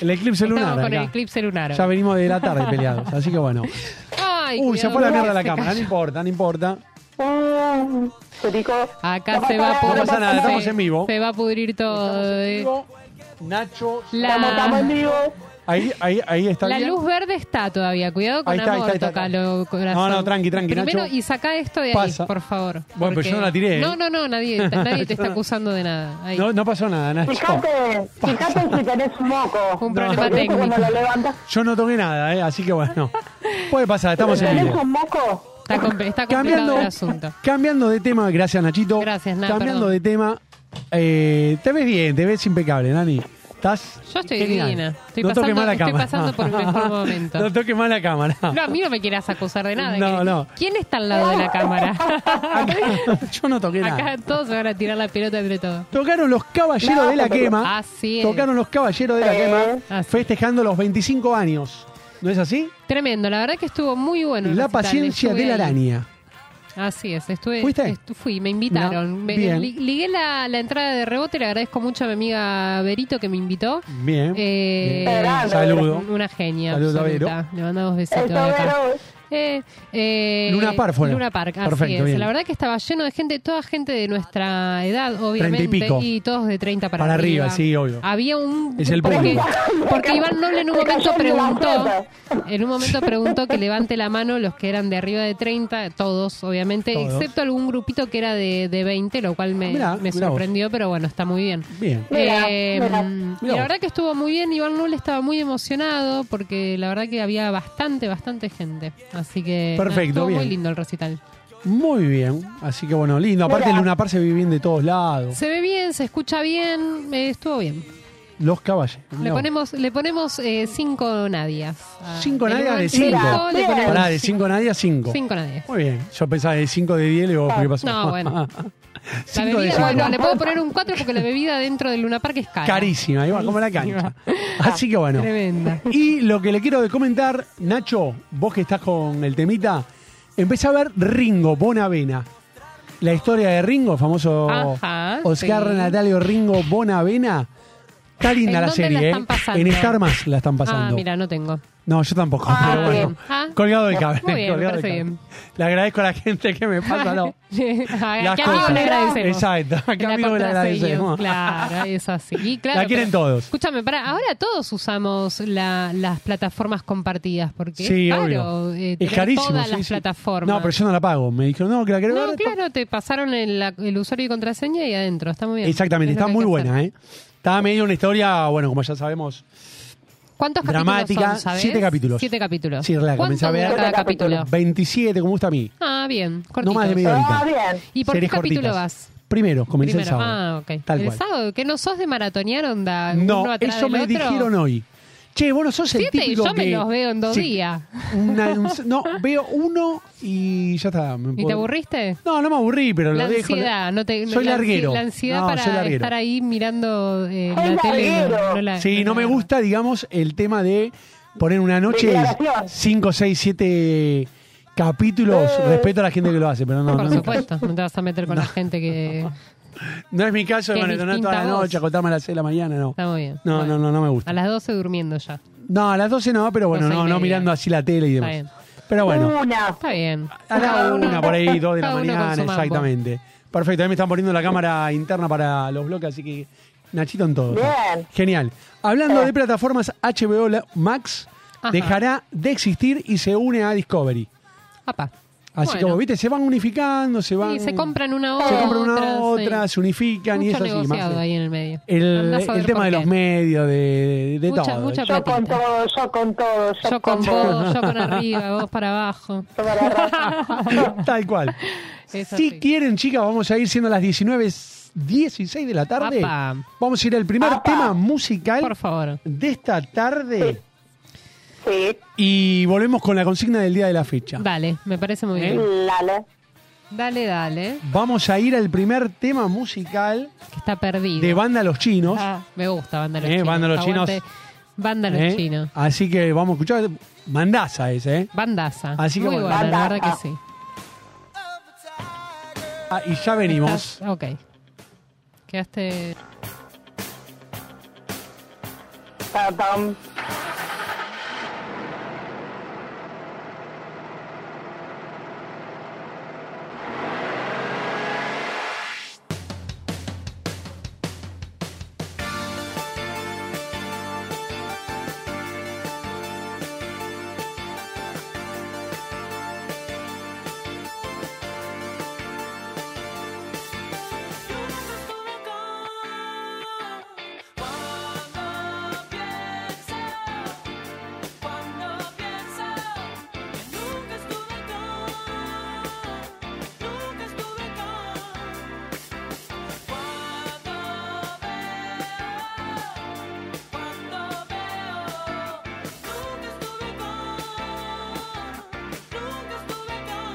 Speaker 3: el eclipse
Speaker 4: Estamos
Speaker 3: lunar.
Speaker 4: con el
Speaker 3: acá.
Speaker 4: eclipse lunar.
Speaker 3: Ya venimos de la tarde peleados, así que bueno.
Speaker 4: *laughs* Ay,
Speaker 3: Uy, se
Speaker 4: cuidado,
Speaker 3: fue la mierda la
Speaker 4: se
Speaker 3: cámara, no
Speaker 4: cayó.
Speaker 3: importa, no importa.
Speaker 6: Mm, se picó.
Speaker 4: Acá
Speaker 6: No
Speaker 4: se
Speaker 6: pasa
Speaker 4: va a
Speaker 6: nada,
Speaker 4: pudrir.
Speaker 3: no pasa nada,
Speaker 4: se-
Speaker 3: estamos en vivo.
Speaker 4: Se va a pudrir todo. eh.
Speaker 3: Vivo, Nacho.
Speaker 6: Estamos, estamos en
Speaker 4: La,
Speaker 6: vivo.
Speaker 3: Ahí, ahí, ahí está.
Speaker 4: la
Speaker 3: bien.
Speaker 4: luz verde está todavía. Cuidado con
Speaker 3: Ahí está, ahí
Speaker 4: amor,
Speaker 3: está, ahí está, ahí está.
Speaker 4: tocalo, corazón.
Speaker 3: No, no, tranqui, tranqui,
Speaker 4: Primero,
Speaker 3: Nacho.
Speaker 4: y saca esto de ahí,
Speaker 3: Pasa.
Speaker 4: por favor.
Speaker 3: Bueno, pero yo no la tiré, ¿eh?
Speaker 4: No, no, no,
Speaker 3: *laughs*
Speaker 4: nadie, nadie te está acusando de nada. Ahí.
Speaker 3: No, no pasó nada, Nacho.
Speaker 6: Fijate, fijate si tenés un moco.
Speaker 4: Un problema
Speaker 6: Porque viste
Speaker 4: técnico.
Speaker 6: Cuando lo levantas,
Speaker 3: Yo no toqué nada, eh, así que bueno. Puede pasar, estamos en
Speaker 6: ¿tenés
Speaker 3: vivo.
Speaker 6: un moco?
Speaker 4: Está, com- está complicado
Speaker 3: Cambiando,
Speaker 4: el asunto.
Speaker 3: cambiando de tema, gracias Nachito.
Speaker 4: Gracias, Nat,
Speaker 3: Cambiando
Speaker 4: perdón.
Speaker 3: de tema, eh, te ves bien, te ves impecable, Nani. ¿Estás
Speaker 4: Yo estoy
Speaker 3: genial.
Speaker 4: divina. Estoy
Speaker 3: no toques
Speaker 4: pasando-
Speaker 3: más la
Speaker 4: estoy
Speaker 3: cámara.
Speaker 4: pasando por el
Speaker 3: *laughs*
Speaker 4: mejor momento.
Speaker 3: no toques más la cámara.
Speaker 4: No, a mí no me quieras acusar de
Speaker 3: *laughs*
Speaker 4: nada.
Speaker 3: No,
Speaker 4: que-
Speaker 3: no.
Speaker 4: ¿Quién está al lado de la cámara?
Speaker 3: *laughs* Yo no toqué nada.
Speaker 4: Acá todos se van a tirar la pelota entre todos.
Speaker 3: Tocaron los caballeros
Speaker 6: No,
Speaker 3: de la
Speaker 6: pero-
Speaker 3: quema.
Speaker 4: Así es.
Speaker 3: Tocaron los caballeros de la
Speaker 6: Sí.
Speaker 3: quema
Speaker 4: Así.
Speaker 3: festejando los 25 años. ¿No es así?
Speaker 4: Tremendo, la verdad que estuvo muy bueno. el
Speaker 3: la
Speaker 4: recital,
Speaker 3: paciencia
Speaker 4: estuve
Speaker 3: de la
Speaker 4: ahí.
Speaker 3: araña.
Speaker 4: Así es, estuve.
Speaker 3: ¿Fuiste?
Speaker 4: estu- fui, me invitaron.
Speaker 3: No,
Speaker 4: Me-
Speaker 3: bien.
Speaker 4: li- ligué la, la entrada de rebote, le agradezco mucho a mi amiga Berito que me invitó.
Speaker 3: Bien.
Speaker 4: Eh,
Speaker 3: Bien. Saludo.
Speaker 4: Una genia.
Speaker 3: Saludos a
Speaker 4: absoluta. Le mandamos besitos.
Speaker 6: Eso,
Speaker 4: de acá.
Speaker 6: Vero.
Speaker 4: Eh, eh,
Speaker 3: Luna Park fue.
Speaker 4: Luna Park, así
Speaker 3: Perfecto,
Speaker 4: es.
Speaker 3: bien.
Speaker 4: La verdad que estaba lleno de gente, toda gente de nuestra edad, obviamente.
Speaker 3: pico.
Speaker 4: todos de 30 para,
Speaker 3: Para arriba, sí, obvio.
Speaker 4: Había un.
Speaker 3: Es el público.
Speaker 4: Porque Iván Noble en un
Speaker 6: Se cayó
Speaker 4: momento
Speaker 6: el
Speaker 4: preguntó.
Speaker 6: brazos.
Speaker 4: En un momento preguntó que levante la mano los que eran de arriba de 30, todos, obviamente,
Speaker 3: Todos. Ah,
Speaker 4: excepto algún grupito que era de, de 20, lo cual me,
Speaker 3: Mirá,
Speaker 4: me
Speaker 3: mirá vos.
Speaker 4: sorprendió, pero bueno, está muy bien.
Speaker 3: Bien.
Speaker 6: Mirá,
Speaker 4: Eh,
Speaker 6: mirá.
Speaker 4: mm, y
Speaker 3: Mirá
Speaker 4: la
Speaker 3: vos.
Speaker 4: verdad que estuvo muy bien, Iván Nul estaba muy emocionado porque la verdad que había bastante, bastante gente. Así que nada,
Speaker 3: Perfecto,
Speaker 4: estuvo
Speaker 3: bien.
Speaker 4: muy lindo el recital.
Speaker 3: Muy bien. Así que bueno, lindo. Aparte,
Speaker 6: Mirá.
Speaker 3: Luna Par se vive bien de todos lados.
Speaker 4: Se ve bien, se escucha bien, eh, estuvo bien.
Speaker 3: Los caballeros.
Speaker 4: Le ponemos, le ponemos eh, cinco nadias. Ah,
Speaker 3: Cinco
Speaker 4: del
Speaker 3: nadias
Speaker 4: uno
Speaker 3: de
Speaker 4: al
Speaker 3: cinco.
Speaker 4: cinco, le
Speaker 6: Bien.
Speaker 4: ponemos
Speaker 3: Pará, de 5 a nadie a 5.
Speaker 4: cinco nadias.
Speaker 3: Muy bien. Yo pensaba de 5 de 10 y vos, ¿qué pasó? *laughs*
Speaker 4: No, bueno. La
Speaker 3: 5 de
Speaker 4: bebida,
Speaker 3: 5.
Speaker 4: bueno, le puedo poner un 4 porque la bebida dentro del Luna Park es cara.
Speaker 3: Carísima, iba como la cancha. Así que bueno.
Speaker 4: Tremenda.
Speaker 3: Y lo que le quiero de comentar, Nacho, vos que estás con el temita, empecé a ver Ringo Bonavena. La historia de Ringo, famoso
Speaker 4: Ajá,
Speaker 3: Oscar
Speaker 4: sí.
Speaker 3: Natalio Ringo Bonavena. Está linda
Speaker 4: ¿En
Speaker 3: la
Speaker 4: dónde la
Speaker 3: serie,
Speaker 4: están
Speaker 3: ¿eh?
Speaker 4: pasando?
Speaker 3: En Star Más la están pasando.
Speaker 4: Ah, mira, no tengo.
Speaker 3: No, yo tampoco.
Speaker 6: Ah,
Speaker 3: pero
Speaker 4: bien.
Speaker 3: bueno,
Speaker 4: Ah.
Speaker 3: colgado del cable.
Speaker 4: Muy bien, me
Speaker 3: colgado del
Speaker 4: parece
Speaker 3: cable.
Speaker 4: bien.
Speaker 3: Le agradezco a la gente que me pasa
Speaker 4: *laughs*
Speaker 3: no.
Speaker 4: ¿A
Speaker 3: Las
Speaker 4: qué amigo
Speaker 3: cosas.
Speaker 4: le agradecemos?
Speaker 3: Exacto, ¿a qué
Speaker 4: La
Speaker 3: amigo le
Speaker 4: contraseña,
Speaker 3: agradecemos?
Speaker 4: Claro, es así. Y claro,
Speaker 3: La quieren
Speaker 4: pero-
Speaker 3: todos.
Speaker 4: Escúchame, para, ahora todos usamos la- las plataformas compartidas porque
Speaker 3: Sí,
Speaker 4: es caro,
Speaker 3: obvio.
Speaker 4: eh,
Speaker 3: es
Speaker 4: tener
Speaker 3: carísimo.
Speaker 4: todas
Speaker 3: sí,
Speaker 4: las
Speaker 3: sí.
Speaker 4: plataformas.
Speaker 3: No, pero yo no la pago. Me dijeron, no, que la quiero
Speaker 4: No,
Speaker 3: ver.
Speaker 4: claro, te pasaron el, la- el usuario y contraseña y adentro. Está muy bien.
Speaker 3: Exactamente,
Speaker 4: Es lo
Speaker 3: está
Speaker 4: que hay
Speaker 3: muy
Speaker 4: que hacer.
Speaker 3: buena, ¿eh? Está medio una historia, bueno, como ya sabemos,
Speaker 4: ¿Cuántos
Speaker 3: ¿eh? dramática.
Speaker 4: capítulos son, sabés?
Speaker 3: Siete capítulos.
Speaker 4: Siete capítulos.
Speaker 3: Sí, la comencé
Speaker 4: ¿Cuánto
Speaker 3: a ver.
Speaker 4: dura cada capítulo?
Speaker 3: 27, como gusta a mí.
Speaker 4: Ah, bien. Cortito.
Speaker 3: No más de media
Speaker 6: Ah,
Speaker 3: horita.
Speaker 6: bien.
Speaker 4: ¿Y por qué
Speaker 3: Series
Speaker 4: capítulo
Speaker 3: cortitas.
Speaker 4: vas?
Speaker 3: Primero, comencé
Speaker 4: Primero.
Speaker 3: el sábado.
Speaker 4: Ah, ok.
Speaker 3: Tal
Speaker 4: el
Speaker 3: cual.
Speaker 4: sábado, que no sos de maratonear onda.
Speaker 3: No,
Speaker 4: Uno atrás
Speaker 3: eso
Speaker 4: del
Speaker 3: me
Speaker 4: otro?
Speaker 3: dijeron hoy. Che, vos no sos el
Speaker 4: Siete,
Speaker 3: típico
Speaker 4: yo me
Speaker 3: que-
Speaker 4: los veo en dos
Speaker 3: Sí.
Speaker 4: días. *laughs*
Speaker 3: Una- un- no, veo uno y ya está. me
Speaker 4: ¿Y
Speaker 3: puedo-
Speaker 4: te aburriste?
Speaker 3: No, no me aburrí, pero
Speaker 4: La
Speaker 3: lo dejo.
Speaker 4: ansiedad, no te,
Speaker 3: soy
Speaker 4: la ansi-
Speaker 3: larguero.
Speaker 4: La ansiedad
Speaker 3: No, soy
Speaker 4: para
Speaker 3: larguero.
Speaker 4: estar ahí mirando eh,
Speaker 6: Soy
Speaker 4: la tele. y
Speaker 6: larguero.
Speaker 4: la-
Speaker 3: Sí, no me
Speaker 4: la-
Speaker 3: gusta, digamos, el tema de poner una noche
Speaker 6: Declaración.
Speaker 3: 5, 6, 7 capítulos. Respeto a la gente que lo hace, pero no,
Speaker 4: Eh. Por
Speaker 3: no, es mi
Speaker 4: supuesto, no te vas a meter con la gente que.
Speaker 3: caso. No es mi caso de
Speaker 4: Que es
Speaker 3: maratonar toda la
Speaker 4: distinta a vos.
Speaker 3: noche, acotarme a las 6 de la mañana, no.
Speaker 4: Está muy bien.
Speaker 3: No,
Speaker 4: Bueno.
Speaker 3: no, no, no me
Speaker 4: A
Speaker 3: gusta.
Speaker 4: las 12 durmiendo ya.
Speaker 3: No, a las 12 no, pero bueno,
Speaker 4: Doce y
Speaker 3: no, no
Speaker 4: media.
Speaker 3: mirando así la tele y
Speaker 4: Está
Speaker 3: demás.
Speaker 4: bien.
Speaker 3: Pero bueno,
Speaker 6: Una.
Speaker 4: Está bien.
Speaker 3: a la una por ahí, dos de la
Speaker 4: Cada uno con
Speaker 3: mañana,
Speaker 4: su mambo.
Speaker 3: exactamente. Perfecto, ahí me están poniendo la cámara interna para los bloques, así que Nachito en todo.
Speaker 6: Bien.
Speaker 3: Genial. Hablando de plataformas, HBO la- Max
Speaker 4: Ajá.
Speaker 3: dejará de existir y se une a Discovery.
Speaker 4: Apa.
Speaker 3: Así
Speaker 4: Bueno.
Speaker 3: como, viste, se van unificando, se van.
Speaker 4: Y se compran una otra.
Speaker 3: se compran una
Speaker 4: sí.
Speaker 3: otra, se unifican y
Speaker 4: Mucho
Speaker 3: eso así.
Speaker 4: negociado
Speaker 3: Marce.
Speaker 4: ahí en el medio.
Speaker 3: El,
Speaker 4: Andá a saber
Speaker 3: el tema
Speaker 4: por
Speaker 3: de los
Speaker 4: qué.
Speaker 3: medios, de, de
Speaker 4: Mucha-
Speaker 3: todo.
Speaker 4: mucha
Speaker 6: Yo con
Speaker 4: platita.
Speaker 6: todo, yo con todo, yo,
Speaker 4: Yo con
Speaker 6: todo.
Speaker 4: vos, yo con arriba, vos para abajo.
Speaker 6: Yo para
Speaker 4: *laughs*
Speaker 6: abajo.
Speaker 3: Tal cual.
Speaker 4: Es
Speaker 3: si
Speaker 4: así.
Speaker 3: quieren, chicas, vamos a ir siendo las 19, 16 de la tarde.
Speaker 4: Apa.
Speaker 3: Vamos a ir al primer tema musical
Speaker 4: Por favor.
Speaker 3: de esta tarde.
Speaker 6: Sí,
Speaker 3: Y volvemos con la consigna del día de la fecha.
Speaker 4: Dale, me parece muy
Speaker 3: ¿Eh?
Speaker 4: bien.
Speaker 6: dale.
Speaker 4: Dale, dale.
Speaker 3: Vamos a ir al primer tema musical
Speaker 4: Que está perdido.
Speaker 3: de Banda Los Chinos.
Speaker 4: Ah, me gusta, Banda los
Speaker 3: Eh,
Speaker 4: Chinos.
Speaker 3: Banda Los Chinos.
Speaker 4: Aguante. Banda los
Speaker 3: ¿eh?
Speaker 4: Chinos.
Speaker 3: Así que vamos a escuchar. Mandaza ese, ¿eh?
Speaker 4: Bandaza.
Speaker 3: Así que
Speaker 4: muy
Speaker 3: bueno.
Speaker 4: buena, la
Speaker 6: Bandaza.
Speaker 4: verdad que sí.
Speaker 3: Ah, y ya venimos.
Speaker 4: Estás- Ah, ok. Quedaste.
Speaker 6: Ta -tam.
Speaker 2: Cuando pienso, cuando pienso que nunca estuve con, nunca estuve con. Cuando veo, cuando veo, nunca estuve con, nunca estuve con.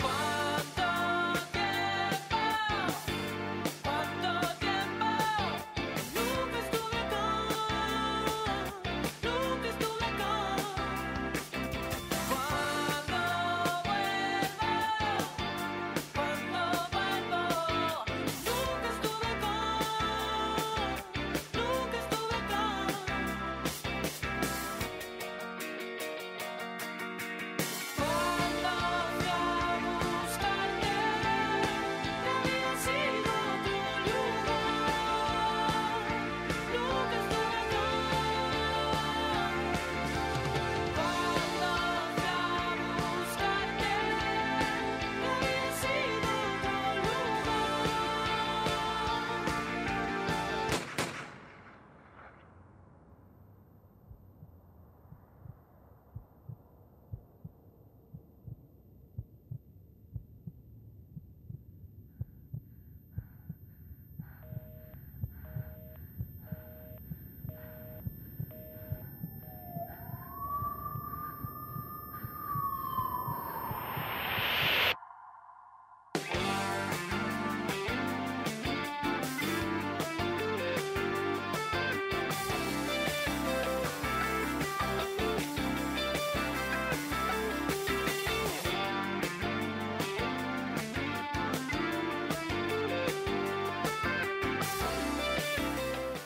Speaker 2: ¿Cuánto tiempo? ¿Cuánto tiempo? Nunca estuve con, nunca estuve con. Cuando vuelvo, cuando vuelvo, nunca estuve con, nunca estuve con. Cuando fui a buscarte, había sido tu lugar. Nunca estuve con. Cuando fui a buscarte, había sido tu lugar.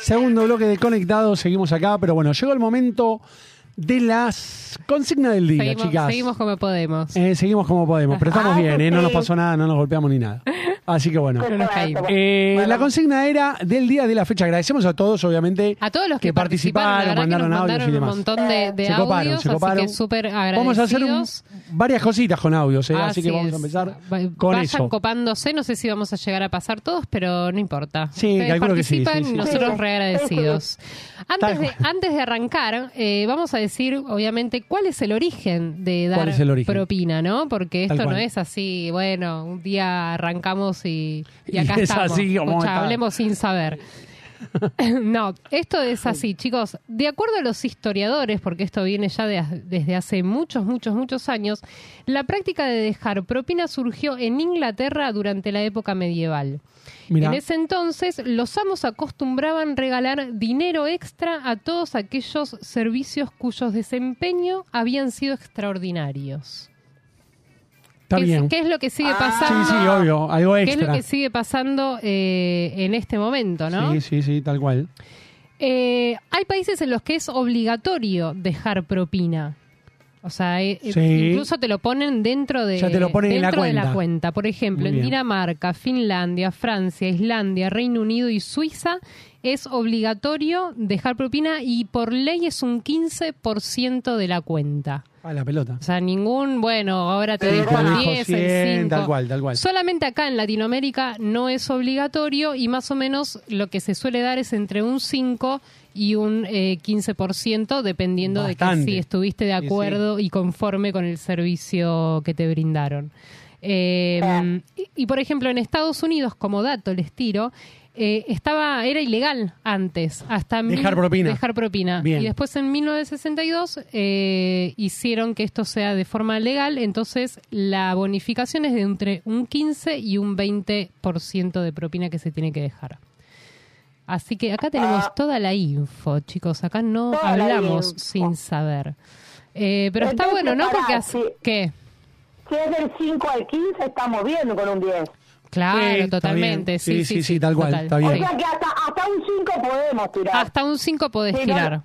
Speaker 3: Segundo bloque de Conectados, seguimos acá, pero bueno, llegó el momento de las consignas del día,
Speaker 4: Seguimos,
Speaker 3: chicas.
Speaker 4: seguimos como podemos.
Speaker 3: Eh, seguimos como podemos, pero estamos
Speaker 6: Ah,
Speaker 3: bien, ¿eh? no
Speaker 6: sí.
Speaker 3: nos pasó nada, no nos golpeamos ni nada. Así que bueno.
Speaker 4: No nos caímos.
Speaker 3: Eh, La consigna era del día de la fecha. Agradecemos a todos, obviamente.
Speaker 4: A todos los que, participaron, la verdad
Speaker 3: mandaron
Speaker 4: que
Speaker 3: audios
Speaker 4: nos
Speaker 3: y
Speaker 4: mandaron
Speaker 3: demás.
Speaker 4: un montón de, de
Speaker 3: se
Speaker 4: audios,
Speaker 3: coparon, se coparon.
Speaker 4: así que súper agradecidos.
Speaker 3: Vamos a hacer un- varias cositas con audios, ¿eh? así, que
Speaker 4: Así
Speaker 3: vamos
Speaker 4: es.
Speaker 3: a empezar
Speaker 4: Va-
Speaker 3: con
Speaker 4: Vayan
Speaker 3: eso.
Speaker 4: copándose, no sé si vamos a llegar a pasar todos, pero no importa.
Speaker 3: Sí,
Speaker 4: Ustedes
Speaker 3: calculo que sí, sí,
Speaker 4: participan,
Speaker 3: sí, sí.
Speaker 4: nosotros
Speaker 6: Sí,
Speaker 4: re agradecidos. Antes
Speaker 3: *laughs* Tal
Speaker 4: de,
Speaker 3: cual.
Speaker 4: antes de arrancar, eh, vamos a decir, obviamente, cuál es el origen de dar
Speaker 3: ¿Cuál es el origen?
Speaker 4: propina, ¿no? Porque
Speaker 3: Tal
Speaker 4: esto no
Speaker 3: cual.
Speaker 4: es así, bueno, un día arrancamos y, y
Speaker 3: Y *laughs*
Speaker 4: acá
Speaker 3: es
Speaker 4: estamos.
Speaker 3: así como
Speaker 4: Escuchá,
Speaker 3: está. *laughs*
Speaker 4: hablemos sin saber. No, esto es así, chicos. De acuerdo a los historiadores, porque esto viene ya de- desde hace muchos, muchos, muchos años, la práctica de dejar propina surgió en Inglaterra durante la época medieval.
Speaker 3: Mirá.
Speaker 4: En ese entonces, los amos acostumbraban regalar dinero extra a todos aquellos servicios cuyos desempeño habían sido extraordinarios.
Speaker 3: Está
Speaker 4: ¿Qué es-
Speaker 3: bien.
Speaker 4: ¿Qué es lo que sigue
Speaker 3: sí,
Speaker 4: pasando?
Speaker 3: sí, obvio. Algo
Speaker 4: ¿Qué es lo
Speaker 3: extra.
Speaker 4: que sigue pasando eh, en este momento, no?
Speaker 3: Sí, sí, sí, tal cual.
Speaker 4: Eh, hay países en los que es obligatorio dejar propina. O sea, eh, eh,
Speaker 3: Sí.
Speaker 4: incluso te lo ponen dentro de,
Speaker 3: Ya te lo ponen en la
Speaker 4: dentro de
Speaker 3: cuenta.
Speaker 4: la cuenta. Por ejemplo,
Speaker 3: Muy
Speaker 4: en
Speaker 3: bien.
Speaker 4: Dinamarca, Finlandia, Francia, Islandia, Reino Unido y Suiza es obligatorio dejar propina y por ley es un 15% de la cuenta.
Speaker 3: A la pelota.
Speaker 4: O sea, ningún, bueno, ahora te
Speaker 3: Sí,
Speaker 4: dejo
Speaker 3: claro,
Speaker 4: el
Speaker 3: dijo
Speaker 4: 10,
Speaker 3: 100,
Speaker 4: el 5.
Speaker 3: tal cual, tal cual.
Speaker 4: Solamente acá en Latinoamérica no es obligatorio y más o menos lo que se suele dar es entre un 5 y un eh, 15%, dependiendo de
Speaker 3: Bastante.
Speaker 4: que si estuviste de
Speaker 3: sí.
Speaker 4: acuerdo y conforme con el servicio que te brindaron. Eh,
Speaker 3: Ah.
Speaker 4: y, y, por ejemplo, en Estados Unidos, como dato les tiro, eh, estaba era ilegal antes, hasta mil-
Speaker 3: Dejar propina.
Speaker 4: Dejar propina.
Speaker 3: Bien.
Speaker 4: Y después en 1962 eh, hicieron que esto sea de forma legal, entonces la bonificación es de entre un 15 y un 20% de propina que se tiene que dejar. Así que acá tenemos toda la info, chicos. Acá no
Speaker 6: Ah. Toda la
Speaker 4: hablamos
Speaker 6: info.
Speaker 4: sin saber. Eh, pero está
Speaker 6: Entonces,
Speaker 4: bueno, ¿no?
Speaker 6: pará,
Speaker 4: Porque así...
Speaker 6: sí.
Speaker 4: ¿Qué?
Speaker 6: Si es del 5 al 15, estamos bien con un 10.
Speaker 3: Sí,
Speaker 4: Claro,
Speaker 3: está
Speaker 4: totalmente.
Speaker 3: bien.
Speaker 4: Sí sí,
Speaker 3: Sí, sí, sí, tal cual, está bien.
Speaker 6: O sea que hasta, hasta un 5 podemos tirar.
Speaker 4: Hasta un 5 podés
Speaker 6: Si no-
Speaker 4: tirar.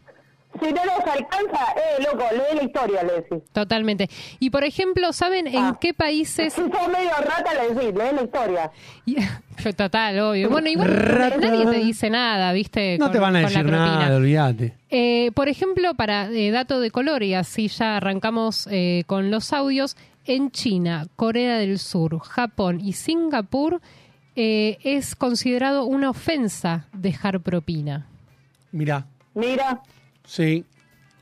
Speaker 6: Si no nos alcanza, eh, loco, lee la historia, le decís.
Speaker 4: Totalmente. Y por ejemplo, ¿saben en
Speaker 6: Ah.
Speaker 4: qué países
Speaker 6: Si sos medio rata, le decís, lee la historia.
Speaker 4: Y- *laughs* Total, obvio. Bueno, igual
Speaker 3: Rata.
Speaker 4: nadie te dice nada, ¿viste?
Speaker 3: No
Speaker 4: Con-
Speaker 3: te van a
Speaker 4: con la
Speaker 3: decir
Speaker 4: propina.
Speaker 3: nada, olvídate.
Speaker 4: Eh, por ejemplo, para eh, dato de color, y así ya arrancamos eh, con los audios, en China, Corea del Sur, Japón y Singapur eh, es considerado una ofensa dejar propina.
Speaker 3: Mirá.
Speaker 6: Mira.
Speaker 3: Sí.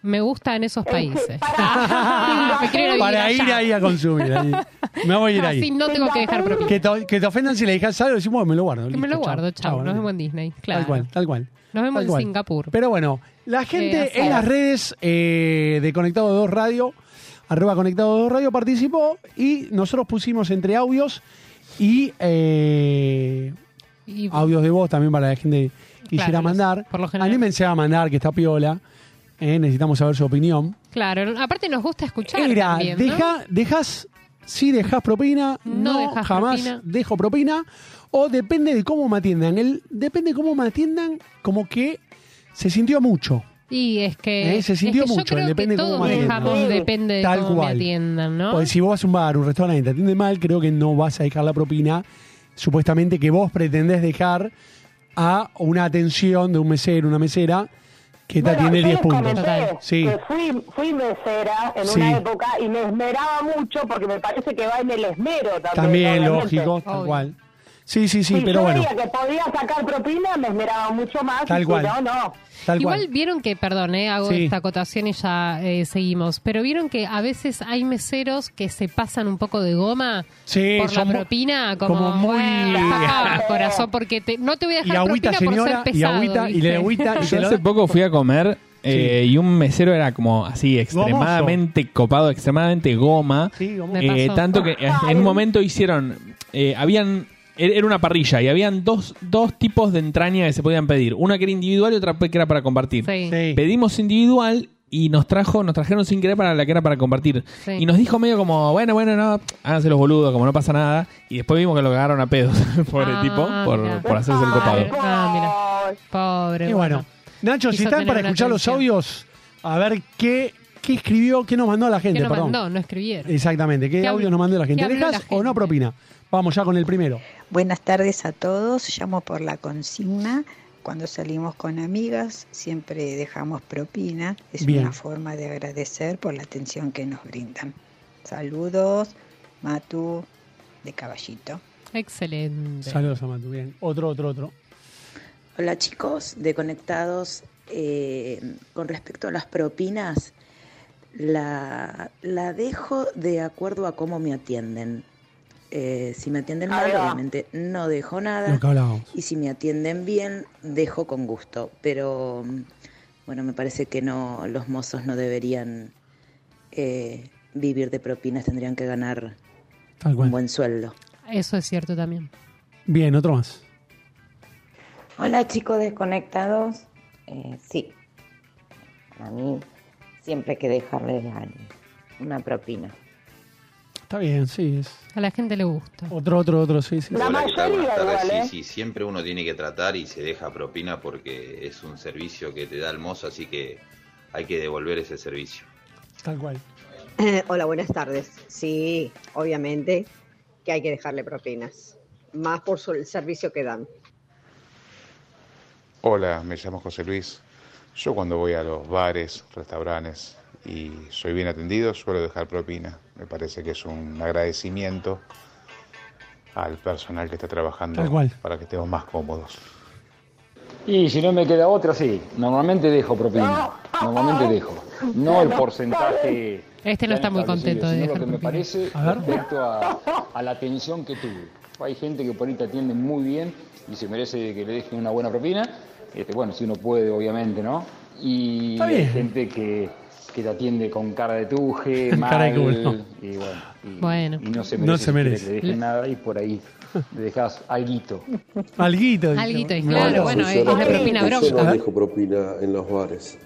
Speaker 4: Me gustan esos países. *laughs*
Speaker 6: para-
Speaker 4: Me quiero
Speaker 3: Para ir
Speaker 4: allá.
Speaker 3: ahí a consumir.
Speaker 4: *laughs*
Speaker 3: ahí. Me voy a ir
Speaker 4: Así
Speaker 3: ahí.
Speaker 4: no tengo que dejar propina.
Speaker 3: Que te, que te ofendan si le dejas algo, decimos, "Bueno, me lo guardo.
Speaker 4: me
Speaker 3: listo,
Speaker 4: lo guardo, chao. Nos
Speaker 3: olvídate.
Speaker 4: vemos en Disney. Claro.
Speaker 3: Tal cual, tal cual.
Speaker 4: Nos vemos
Speaker 3: Tal
Speaker 4: en
Speaker 3: cual.
Speaker 4: Singapur.
Speaker 3: Pero bueno, la gente
Speaker 4: así
Speaker 3: en
Speaker 4: es.
Speaker 3: las redes eh, de Conectado 2 Radio, arroba Conectado 2 Radio, participó y nosotros pusimos entre audios y eh,
Speaker 4: Y-
Speaker 3: audios de voz también para la gente que quisiera
Speaker 4: los-
Speaker 3: mandar.
Speaker 4: por lo general-
Speaker 3: Anímense a mandar, que está piola. Eh, necesitamos saber su opinión.
Speaker 4: Claro, aparte nos gusta escuchar.
Speaker 3: Era,
Speaker 4: también, ¿no?
Speaker 3: deja, dejas, si dejas propina, no,
Speaker 4: No dejás
Speaker 3: jamás
Speaker 4: propina.
Speaker 3: dejo propina, o depende de cómo me atiendan. El, depende de cómo me atiendan, como que se sintió mucho.
Speaker 4: Y es que,
Speaker 3: Eh, se sintió
Speaker 4: es que
Speaker 3: mucho,
Speaker 4: yo creo
Speaker 3: depende
Speaker 4: que
Speaker 3: de cómo
Speaker 4: todos
Speaker 3: me
Speaker 6: atiendan.
Speaker 4: dejamos,
Speaker 6: Sí.
Speaker 4: depende de
Speaker 3: Tal
Speaker 4: cómo me
Speaker 3: cual.
Speaker 4: atiendan, ¿no?
Speaker 3: Porque si vos vas a un bar, un restaurante y te atienden mal, creo que no vas a dejar la propina, supuestamente que vos pretendés dejar a una atención de un mesero, una mesera, que te
Speaker 6: Bueno,
Speaker 3: atiende
Speaker 6: yo
Speaker 3: 10
Speaker 6: les
Speaker 3: puntos.
Speaker 6: comenté
Speaker 4: Total.
Speaker 3: Sí.
Speaker 6: que fui, fui mesera en
Speaker 3: Sí.
Speaker 6: una época y me esmeraba mucho porque me parece que va en el esmero también.
Speaker 3: También,
Speaker 6: obviamente.
Speaker 3: lógico, tal
Speaker 4: Obvio.
Speaker 3: cual. Sí, sí, sí,
Speaker 6: si
Speaker 3: pero
Speaker 6: yo
Speaker 3: bueno,
Speaker 6: veía que podía sacar propina, me esmeraba mucho más.
Speaker 3: Tal
Speaker 6: y si
Speaker 3: cual.
Speaker 6: No, no.
Speaker 3: tal
Speaker 4: Igual
Speaker 3: cual.
Speaker 4: vieron que, perdón, eh, hago
Speaker 3: Sí.
Speaker 4: esta acotación y ya eh, seguimos, pero vieron que a veces hay meseros que se pasan un poco de goma
Speaker 3: Sí,
Speaker 4: por la
Speaker 3: son mu-
Speaker 4: propina, como,
Speaker 3: como muy-
Speaker 4: "Bueno,
Speaker 3: *laughs*
Speaker 4: sacá, corazón, porque te- no te voy a
Speaker 3: Y
Speaker 4: dejar
Speaker 3: agüita,
Speaker 4: propina
Speaker 3: señora,
Speaker 4: por ser
Speaker 3: y
Speaker 4: pesado.
Speaker 3: agüita, y le
Speaker 4: ¿viste?
Speaker 3: agüita, y
Speaker 5: Yo
Speaker 3: te lo
Speaker 5: hace poco fui a comer eh, y un mesero era como así,
Speaker 3: Gomoso.
Speaker 5: extremadamente copado, extremadamente goma.
Speaker 3: Sí, como-
Speaker 4: Me
Speaker 5: Eh,
Speaker 4: pasó.
Speaker 5: tanto que en un momento hicieron, eh, habían, er- era una parrilla y habían dos, dos tipos de entraña que se podían pedir. Una que era individual y otra que era para compartir.
Speaker 4: Sí.
Speaker 3: Sí.
Speaker 5: Pedimos individual y nos trajo, nos trajeron sin querer para la que era para compartir.
Speaker 4: Sí.
Speaker 5: Y nos dijo medio como, bueno, bueno, no, háganse los boludos, como no pasa nada. Y después vimos que lo cagaron a pedos, *laughs* pobre
Speaker 4: Ah,
Speaker 5: tipo, por,
Speaker 4: mira.
Speaker 5: por hacerse el copado.
Speaker 4: Ay, Ah, Pobre.
Speaker 3: Y bueno, Nacho, si
Speaker 4: Quiso
Speaker 3: están
Speaker 4: tener
Speaker 3: para
Speaker 4: una
Speaker 3: escuchar los
Speaker 4: atención.
Speaker 3: audios, a ver qué, qué escribió, qué nos mandó la
Speaker 4: Que
Speaker 3: gente,
Speaker 4: no
Speaker 3: perdón. Eh,
Speaker 4: mandó, no escribieron.
Speaker 3: Exactamente, qué,
Speaker 4: ¿Qué
Speaker 3: audio
Speaker 4: habló-
Speaker 3: nos mandó la gente.
Speaker 4: qué habló
Speaker 3: ¿Dejas
Speaker 4: la
Speaker 3: o no
Speaker 4: gente?
Speaker 3: propina? Vamos ya con el primero.
Speaker 7: Buenas tardes a todos, llamo por la consigna. Cuando salimos con amigas siempre dejamos propina, es
Speaker 3: Bien.
Speaker 7: una forma de agradecer por la atención que nos brindan. Saludos, Matu de Caballito.
Speaker 4: Excelente.
Speaker 3: Saludos a Matu, bien. Otro, otro, otro.
Speaker 8: Hola chicos de Conectados. Eh, con respecto a las propinas, la, la dejo de acuerdo a cómo me atienden. eh, si me atienden
Speaker 6: Ahí
Speaker 8: mal,
Speaker 6: va.
Speaker 8: obviamente no dejo nada.
Speaker 3: Lo que hablábamos.
Speaker 8: Y si me atienden bien, dejo con gusto. Pero mm, bueno, me parece que no, los mozos no deberían eh, vivir de propinas, tendrían que ganar
Speaker 3: Tal
Speaker 8: un
Speaker 3: cual.
Speaker 8: buen sueldo.
Speaker 4: Eso es cierto también.
Speaker 3: Bien, otro más.
Speaker 9: Hola chicos desconectados. Eh, sí, a mí siempre hay que dejarle una propina.
Speaker 3: Está bien, sí. Es
Speaker 4: A la gente le gusta.
Speaker 3: otro, otro, otro, sí, sí.
Speaker 6: La
Speaker 10: Hola, ¿qué tal?
Speaker 6: mayoría
Speaker 10: Buenas tardes.
Speaker 6: igual,
Speaker 10: Sí, sí,
Speaker 6: ¿eh?
Speaker 10: siempre uno tiene que tratar y se deja propina porque es un servicio que te da el mozo, así que hay que devolver ese servicio.
Speaker 3: Tal cual.
Speaker 11: Hola, buenas tardes. Sí, obviamente que hay que dejarle propinas, más por su- el servicio que dan.
Speaker 12: Hola, me llamo José Luis. Yo cuando voy a los bares, restaurantes y soy bien atendido, suelo dejar propina. Me parece que es un agradecimiento al personal que está trabajando
Speaker 3: Tal cual.
Speaker 12: para que estemos más cómodos.
Speaker 13: Y si no me queda otra, sí. Normalmente dejo propina. Normalmente dejo. No el porcentaje.
Speaker 4: Este no
Speaker 13: que han
Speaker 4: está muy
Speaker 13: establecido,
Speaker 4: contento de
Speaker 13: sino
Speaker 4: dejar
Speaker 13: lo que me
Speaker 4: propina.
Speaker 13: parece
Speaker 3: A ver.
Speaker 13: respecto a, a la atención que tuve. Hay gente que por ahí te atiende muy bien y se merece que le dejen una buena propina. Este, bueno, si uno puede, obviamente, ¿no? Y
Speaker 3: Está
Speaker 13: hay
Speaker 3: bien.
Speaker 13: gente que, que te atiende con cara de tuje,
Speaker 3: *laughs*
Speaker 13: mal,
Speaker 3: Cara de culo.
Speaker 13: y bueno, y,
Speaker 4: Bueno.
Speaker 13: y no se
Speaker 3: No
Speaker 13: merece,
Speaker 3: se merece.
Speaker 13: que le dejen nada y por ahí le dejas alguito.
Speaker 3: Alguito. dice.
Speaker 4: Alguito, y
Speaker 3: No,
Speaker 4: claro,
Speaker 3: no.
Speaker 4: bueno, es la propina bronca.
Speaker 3: Ajá.
Speaker 14: dejo propina en los bares,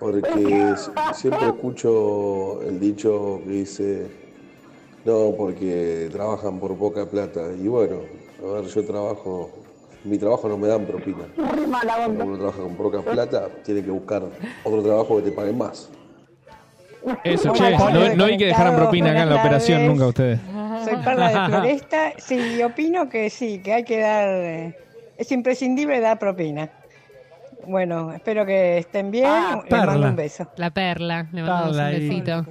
Speaker 14: porque s- siempre escucho el dicho que dice, no, porque trabajan por poca plata. Y bueno, a ver, yo trabajo, mi trabajo no me dan propina.
Speaker 6: *laughs* Muy mala
Speaker 14: Cuando
Speaker 6: onda.
Speaker 14: uno trabaja con poca plata, tiene que buscar otro trabajo que te paguen más.
Speaker 5: Eso,
Speaker 9: Hola,
Speaker 5: che,
Speaker 9: Pablo
Speaker 5: no, no vi que dejaran
Speaker 9: Desconectados,
Speaker 5: propina acá en la
Speaker 9: buenas
Speaker 5: operación
Speaker 9: tardes.
Speaker 5: nunca ustedes.
Speaker 9: Soy Perla de Floresta. Sí, opino que sí, que hay que dar. eh, Es imprescindible dar propina. Bueno, espero que estén bien. Les mando
Speaker 3: Perla.
Speaker 9: un beso.
Speaker 4: La perla, le mandamos
Speaker 3: Perla
Speaker 4: un
Speaker 3: ahí.
Speaker 4: besito.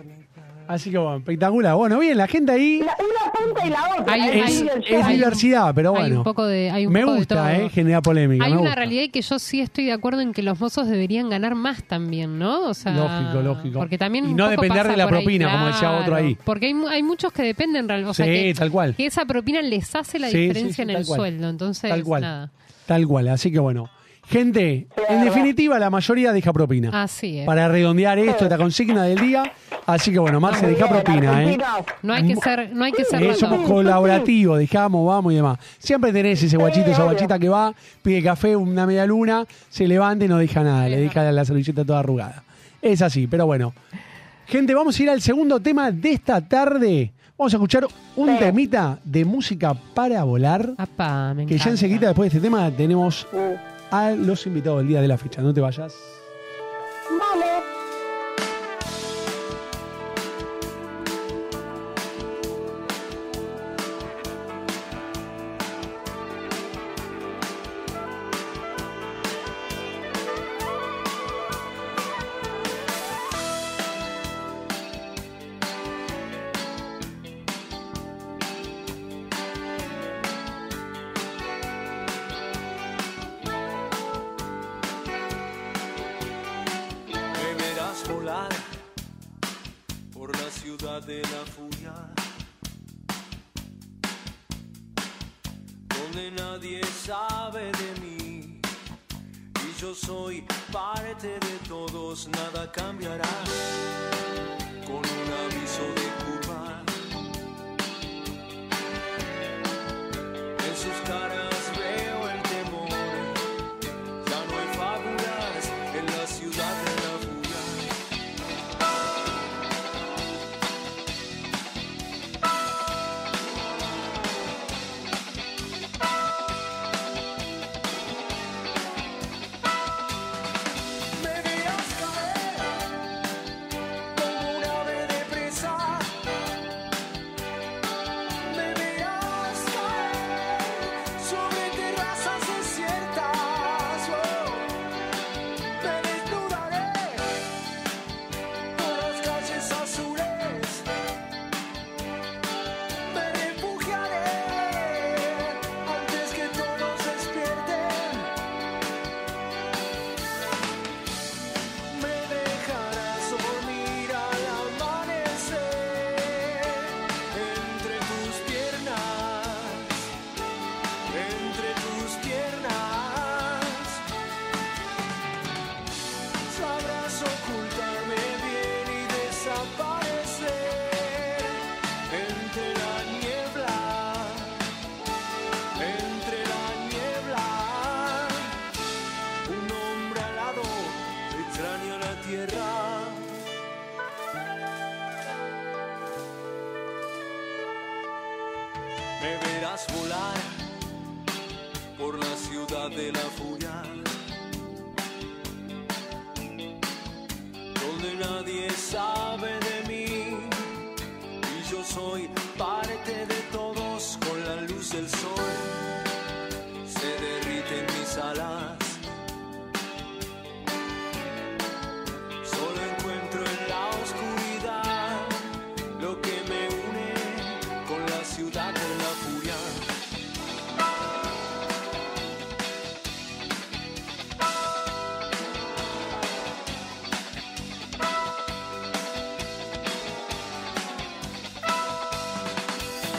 Speaker 3: Así que bueno, espectacular. Bueno, bien, la gente ahí
Speaker 6: La- una punta y la otra.
Speaker 4: Hay-
Speaker 6: ahí
Speaker 4: hay-
Speaker 6: sigue el
Speaker 3: es
Speaker 6: show.
Speaker 4: hay-
Speaker 3: diversidad, pero
Speaker 4: Hay un
Speaker 3: bueno.
Speaker 4: poco de. Hay un
Speaker 3: Me
Speaker 4: poco de todo.
Speaker 3: gusta, ¿eh? Genera polémica.
Speaker 4: Hay
Speaker 3: me
Speaker 4: una
Speaker 3: gusta.
Speaker 4: realidad que yo sí estoy de acuerdo en que los mozos deberían ganar más también, ¿no? O sea,
Speaker 3: Lógico, lógico.
Speaker 4: Porque también
Speaker 3: Y
Speaker 4: un
Speaker 3: no
Speaker 4: poco
Speaker 3: depender
Speaker 4: pasa
Speaker 3: de la
Speaker 4: por ahí,
Speaker 3: propina, como decía otro ahí.
Speaker 4: Porque hay, mu- hay muchos que dependen real- o sea,
Speaker 3: Sí,
Speaker 4: que,
Speaker 3: tal cual.
Speaker 4: que esa propina les hace la
Speaker 3: Sí, sí,
Speaker 4: diferencia
Speaker 3: sí,
Speaker 4: en
Speaker 3: tal
Speaker 4: el
Speaker 3: cual.
Speaker 4: sueldo, entonces
Speaker 3: Tal cual.
Speaker 4: nada.
Speaker 3: Tal cual, así que bueno. Gente, en definitiva, la mayoría deja propina.
Speaker 4: Así es.
Speaker 3: Para redondear esto, esta consigna del día. Así que bueno, Marce, deja propina, ¿eh?
Speaker 6: Argentinos.
Speaker 4: No hay que ser, no hay que ser
Speaker 3: Eh,
Speaker 4: ratón.
Speaker 3: somos colaborativos, dejamos, vamos y demás. Siempre tenés ese guachito,
Speaker 4: Eh,
Speaker 3: esa guachita que va, pide café, una media luna, se levanta y no deja nada, le deja la, la servilleta toda arrugada. Es así, pero bueno. Gente, vamos a ir al segundo tema de esta tarde. Vamos a escuchar un temita de música para volar,
Speaker 4: Apá, me
Speaker 3: que ya
Speaker 4: encanta. Mm.
Speaker 3: enseguida después de este tema tenemos a los invitados del día de la fecha. No te vayas.
Speaker 6: Vale.
Speaker 15: Me verás volar por la ciudad de la furia, donde nadie sabe de mí y yo soy parte de todos, nada cambiará. Con un aviso de Cuba, en sus caras veo el temor. Ya no hay fábulas en la ciudad de la furia. Me verás caer como un ave de presa oh. verás volar por la ciudad de la furia, donde nadie sabe de mí y yo soy parte de todos con la luz del sol. Se derriten mis alas. Solo encuentro en la oscuridad lo que me une con la ciudad, con la furia.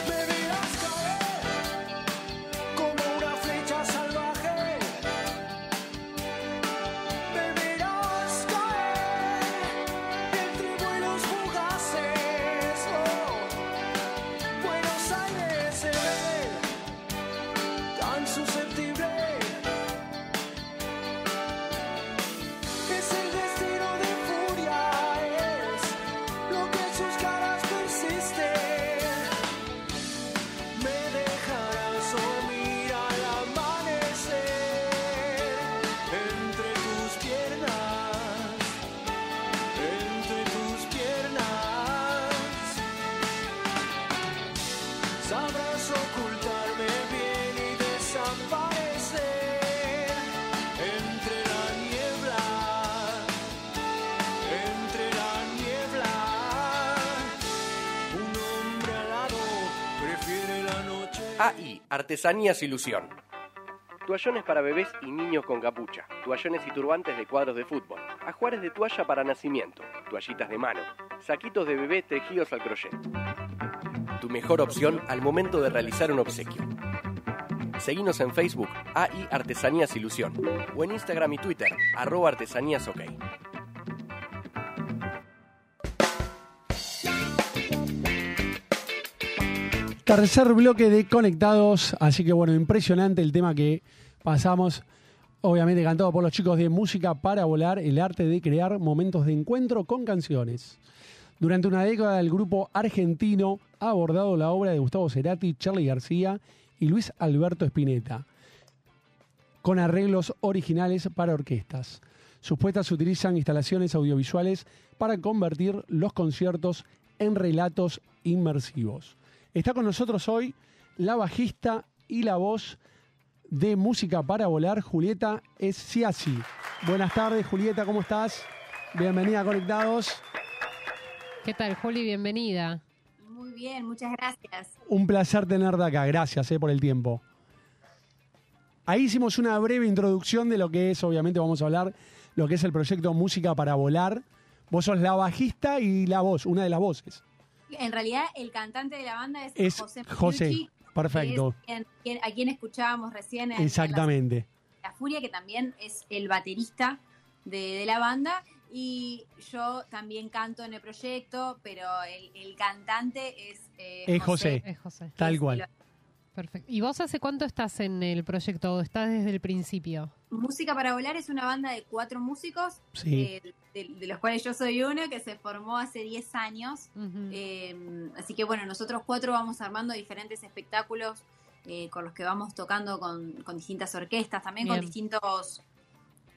Speaker 15: Me verás caer como una flecha salvaje. Me verás caer entre vuelos fugaces. Oh, Buenos Aires se ve tan susceptible. Es el destino de furia, es lo que en sus caras persiste. Me dejarás dormir al amanecer entre tus piernas, entre tus piernas. Sabrás ocultarme bien y desaparecer entre la niebla, entre la niebla. Un hombre alado prefiere la noche.
Speaker 16: AI, Artesanías Ilusión. Toallones para bebés y niños con capucha. Toallones y turbantes de cuadros de fútbol. Ajuares de toalla para nacimiento. Toallitas de mano. Saquitos de bebé tejidos al crochet. Tu mejor opción al momento de realizar un obsequio. Seguinos en Facebook AI Artesanías Ilusión o en Instagram y Twitter arroba artesanías ok.
Speaker 3: Tercer bloque de Conectados, así que bueno, impresionante el tema que pasamos. Obviamente cantado por los chicos de Música para Volar, el arte de crear momentos de encuentro con canciones. Durante una década el grupo argentino ha abordado la obra de Gustavo Cerati, Charlie García y Luis Alberto Spinetta, con arreglos originales para orquestas. Sus puestas utilizan instalaciones audiovisuales para convertir los conciertos en relatos inmersivos. Está con nosotros hoy la bajista y la voz de Música para Volar, Julieta Esciasi. Buenas tardes, Julieta, ¿cómo estás? Bienvenida a Conectados.
Speaker 4: ¿Qué tal, Juli? Bienvenida.
Speaker 17: Muy bien, muchas gracias.
Speaker 3: Un placer tenerte acá, gracias eh, por el tiempo. Ahí hicimos una breve introducción de lo que es, obviamente vamos a hablar, lo que es el proyecto Música para Volar. Vos sos la bajista y la voz, una de las voces.
Speaker 17: En realidad, el cantante de la banda es,
Speaker 3: Es
Speaker 17: José
Speaker 3: José,
Speaker 17: Petrucci,
Speaker 3: perfecto.
Speaker 17: que es quien- quien- a quien escuchábamos recién. en- en la-
Speaker 3: Exactamente.
Speaker 17: La, Furia, que también es el baterista de, de la banda. Y yo también canto en el proyecto, pero el, el cantante es, eh,
Speaker 3: Es José.
Speaker 4: Es José.
Speaker 3: Tal cual.
Speaker 4: Perfecto. ¿Y vos hace cuánto estás en el proyecto? ¿O estás desde el principio?
Speaker 17: Música para Volar es una banda de cuatro músicos,
Speaker 4: Sí.
Speaker 17: eh, de, de los cuales yo soy uno, que se formó hace 10 años. Eh, así que bueno, nosotros cuatro vamos armando diferentes espectáculos eh, con los que vamos tocando con, con distintas orquestas, también con
Speaker 4: Bien.
Speaker 17: distintos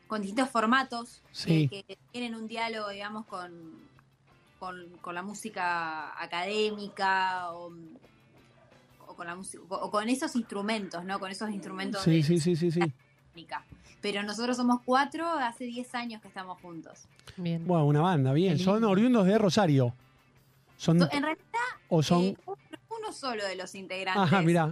Speaker 17: con distintos formatos eh,
Speaker 4: Sí.
Speaker 17: que, que tienen un diálogo, digamos, con, con, con la música académica o, o con la música o con esos instrumentos, ¿no? Con esos instrumentos
Speaker 3: Sí,
Speaker 17: de-
Speaker 3: sí, sí, sí, sí.
Speaker 17: técnica. Pero nosotros somos cuatro, hace 10 años que estamos juntos.
Speaker 3: Bueno, una banda, bien. Son oriundos de Rosario. Son
Speaker 17: So- En realidad,
Speaker 3: o Mm, son
Speaker 17: eh, uno, uno solo de los integrantes.
Speaker 3: Ajá, mira.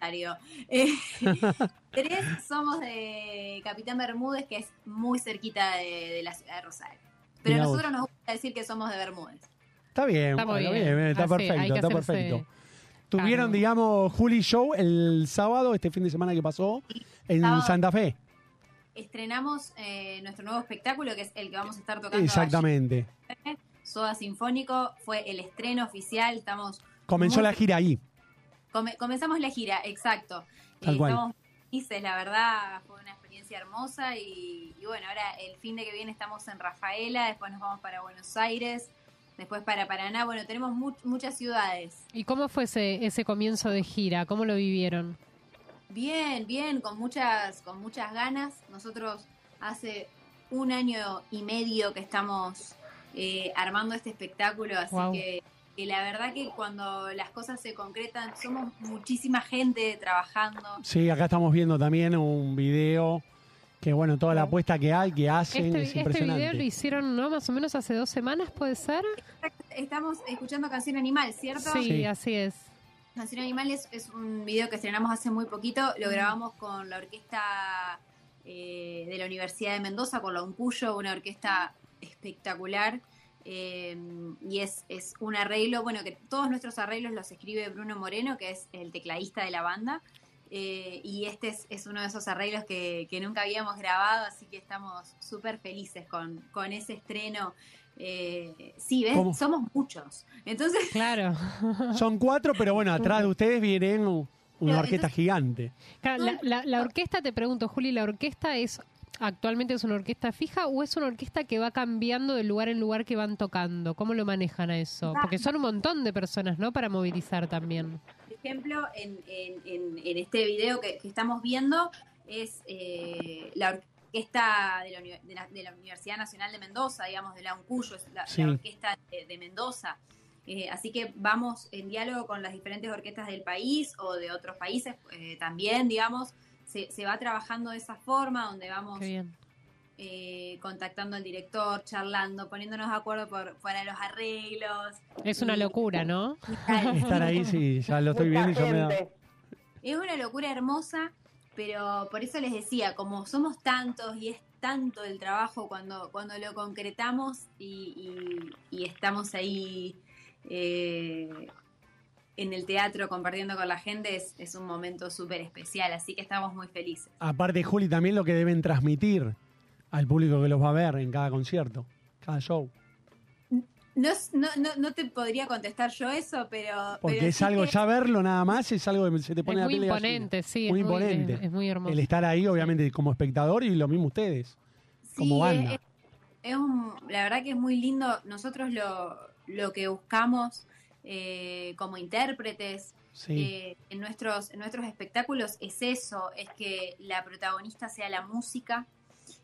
Speaker 17: Rosario. Eh, *laughs* tres somos de Capitán Bermúdez, que es muy cerquita de, de la ciudad de Rosario. Pero
Speaker 3: Mirá
Speaker 17: a
Speaker 3: vos.
Speaker 17: nosotros nos gusta decir que somos de Bermúdez.
Speaker 3: Está bien,
Speaker 17: Está muy
Speaker 3: bueno,
Speaker 17: bien.
Speaker 3: bien, bien, está
Speaker 17: Hace- hay que
Speaker 3: perfecto, está
Speaker 17: hacerse
Speaker 3: perfecto. Tuvieron, digamos, Juli Show el sábado, este fin de semana que pasó, en
Speaker 17: sábado.
Speaker 3: Santa Fe.
Speaker 17: Estrenamos eh, nuestro nuevo espectáculo, que es el que vamos a estar tocando.
Speaker 3: Exactamente.
Speaker 17: allí. Soda Sinfónico fue el estreno oficial. Estamos
Speaker 3: Comenzó
Speaker 17: muy
Speaker 3: la gira ahí.
Speaker 17: Come- comenzamos la gira, exacto.
Speaker 3: Tal
Speaker 17: Eh,
Speaker 3: cual.
Speaker 17: Estamos felices, la verdad, fue una experiencia hermosa y, y bueno, ahora el fin de que viene estamos en Rafaela, después nos vamos para Buenos Aires, Después para Paraná, bueno, tenemos mu- muchas ciudades.
Speaker 4: ¿Y cómo fue ese, ese comienzo de gira? ¿Cómo lo vivieron?
Speaker 17: Bien, bien, con muchas, con muchas ganas. Nosotros hace un año y medio que estamos eh, armando este espectáculo, así
Speaker 4: Guau.
Speaker 17: que, que la verdad que cuando las cosas se concretan, somos muchísima gente trabajando.
Speaker 3: Sí, acá estamos viendo también un video que, bueno, toda la apuesta que hay, que hacen,
Speaker 4: Este,
Speaker 3: es
Speaker 4: este video lo
Speaker 3: impresionante.
Speaker 4: hicieron, ¿no? Más o menos hace dos semanas, ¿puede ser?
Speaker 17: Estamos escuchando Canción Animal, ¿cierto?
Speaker 4: Sí, así es.
Speaker 17: Canción Animal es, es un video que estrenamos hace muy poquito, lo
Speaker 4: Mm.
Speaker 17: grabamos con la orquesta eh, de la Universidad de Mendoza, con la Uncuyo, una orquesta espectacular. eh, y es, es un arreglo, bueno, que todos nuestros arreglos los escribe Bruno Moreno, que es el tecladista de la banda. eh, y este es, es uno de esos arreglos que, que nunca habíamos grabado, así que estamos súper felices con, con ese estreno. Eh, sí, ¿ves?
Speaker 3: ¿Cómo?
Speaker 17: Somos muchos. Entonces,
Speaker 4: claro.
Speaker 3: Son cuatro, pero bueno,
Speaker 17: *laughs*
Speaker 3: atrás de ustedes vienen un- una
Speaker 4: Pero
Speaker 3: orquesta
Speaker 4: entonces-
Speaker 3: gigante.
Speaker 4: Claro, la, la- la orquesta, te pregunto, Juli, ¿la orquesta es actualmente es una orquesta fija o es una orquesta que va cambiando de lugar en lugar que van tocando? ¿Cómo lo manejan a eso? Porque son un montón de personas, ¿no? Para movilizar también.
Speaker 17: Por ejemplo, en, en- en- en este video que, que estamos viendo es eh, la orquesta de la, uni- de la- de la Universidad Nacional de Mendoza, digamos, de la UNCUYO, es la,
Speaker 2: Sí.
Speaker 17: la orquesta de, de Mendoza. Eh, así que vamos en diálogo con las diferentes orquestas del país o de otros países eh, también, digamos. Se, se va trabajando de esa forma, donde vamos
Speaker 4: Qué bien.
Speaker 17: eh, contactando al director, charlando, poniéndonos de acuerdo por, para los arreglos.
Speaker 4: Es una locura, ¿no?
Speaker 3: Estar ahí, sí, ya lo estoy viendo y yo me da...
Speaker 17: Es una locura hermosa, pero por eso les decía, como somos tantos y es tanto el trabajo cuando, cuando lo concretamos y, y- y estamos ahí eh, en el teatro compartiendo con la gente, es, es un momento súper especial, así que estamos muy felices.
Speaker 3: Aparte, Juli, también lo que deben transmitir al público que los va a ver en cada concierto, cada show.
Speaker 17: No, s- no, no, no te podría contestar yo eso, pero...
Speaker 3: Porque
Speaker 17: pero
Speaker 3: es
Speaker 17: sí
Speaker 3: algo,
Speaker 17: que-
Speaker 3: ya verlo nada más es algo que se te pone
Speaker 17: Es
Speaker 3: la
Speaker 17: muy
Speaker 3: piel de gallina.
Speaker 17: imponente, sí, es
Speaker 3: Muy
Speaker 17: muy-
Speaker 3: imponente.
Speaker 17: es- es muy hermoso.
Speaker 3: El estar ahí, obviamente, como espectador y lo mismo ustedes, como
Speaker 17: Sí,
Speaker 3: banda.
Speaker 17: es- es un- la verdad que es muy lindo. Nosotros lo, lo que buscamos eh, como intérpretes
Speaker 3: Sí.
Speaker 17: eh, en, nuestros, en nuestros espectáculos es eso, es que la protagonista sea la
Speaker 6: *laughs*
Speaker 17: música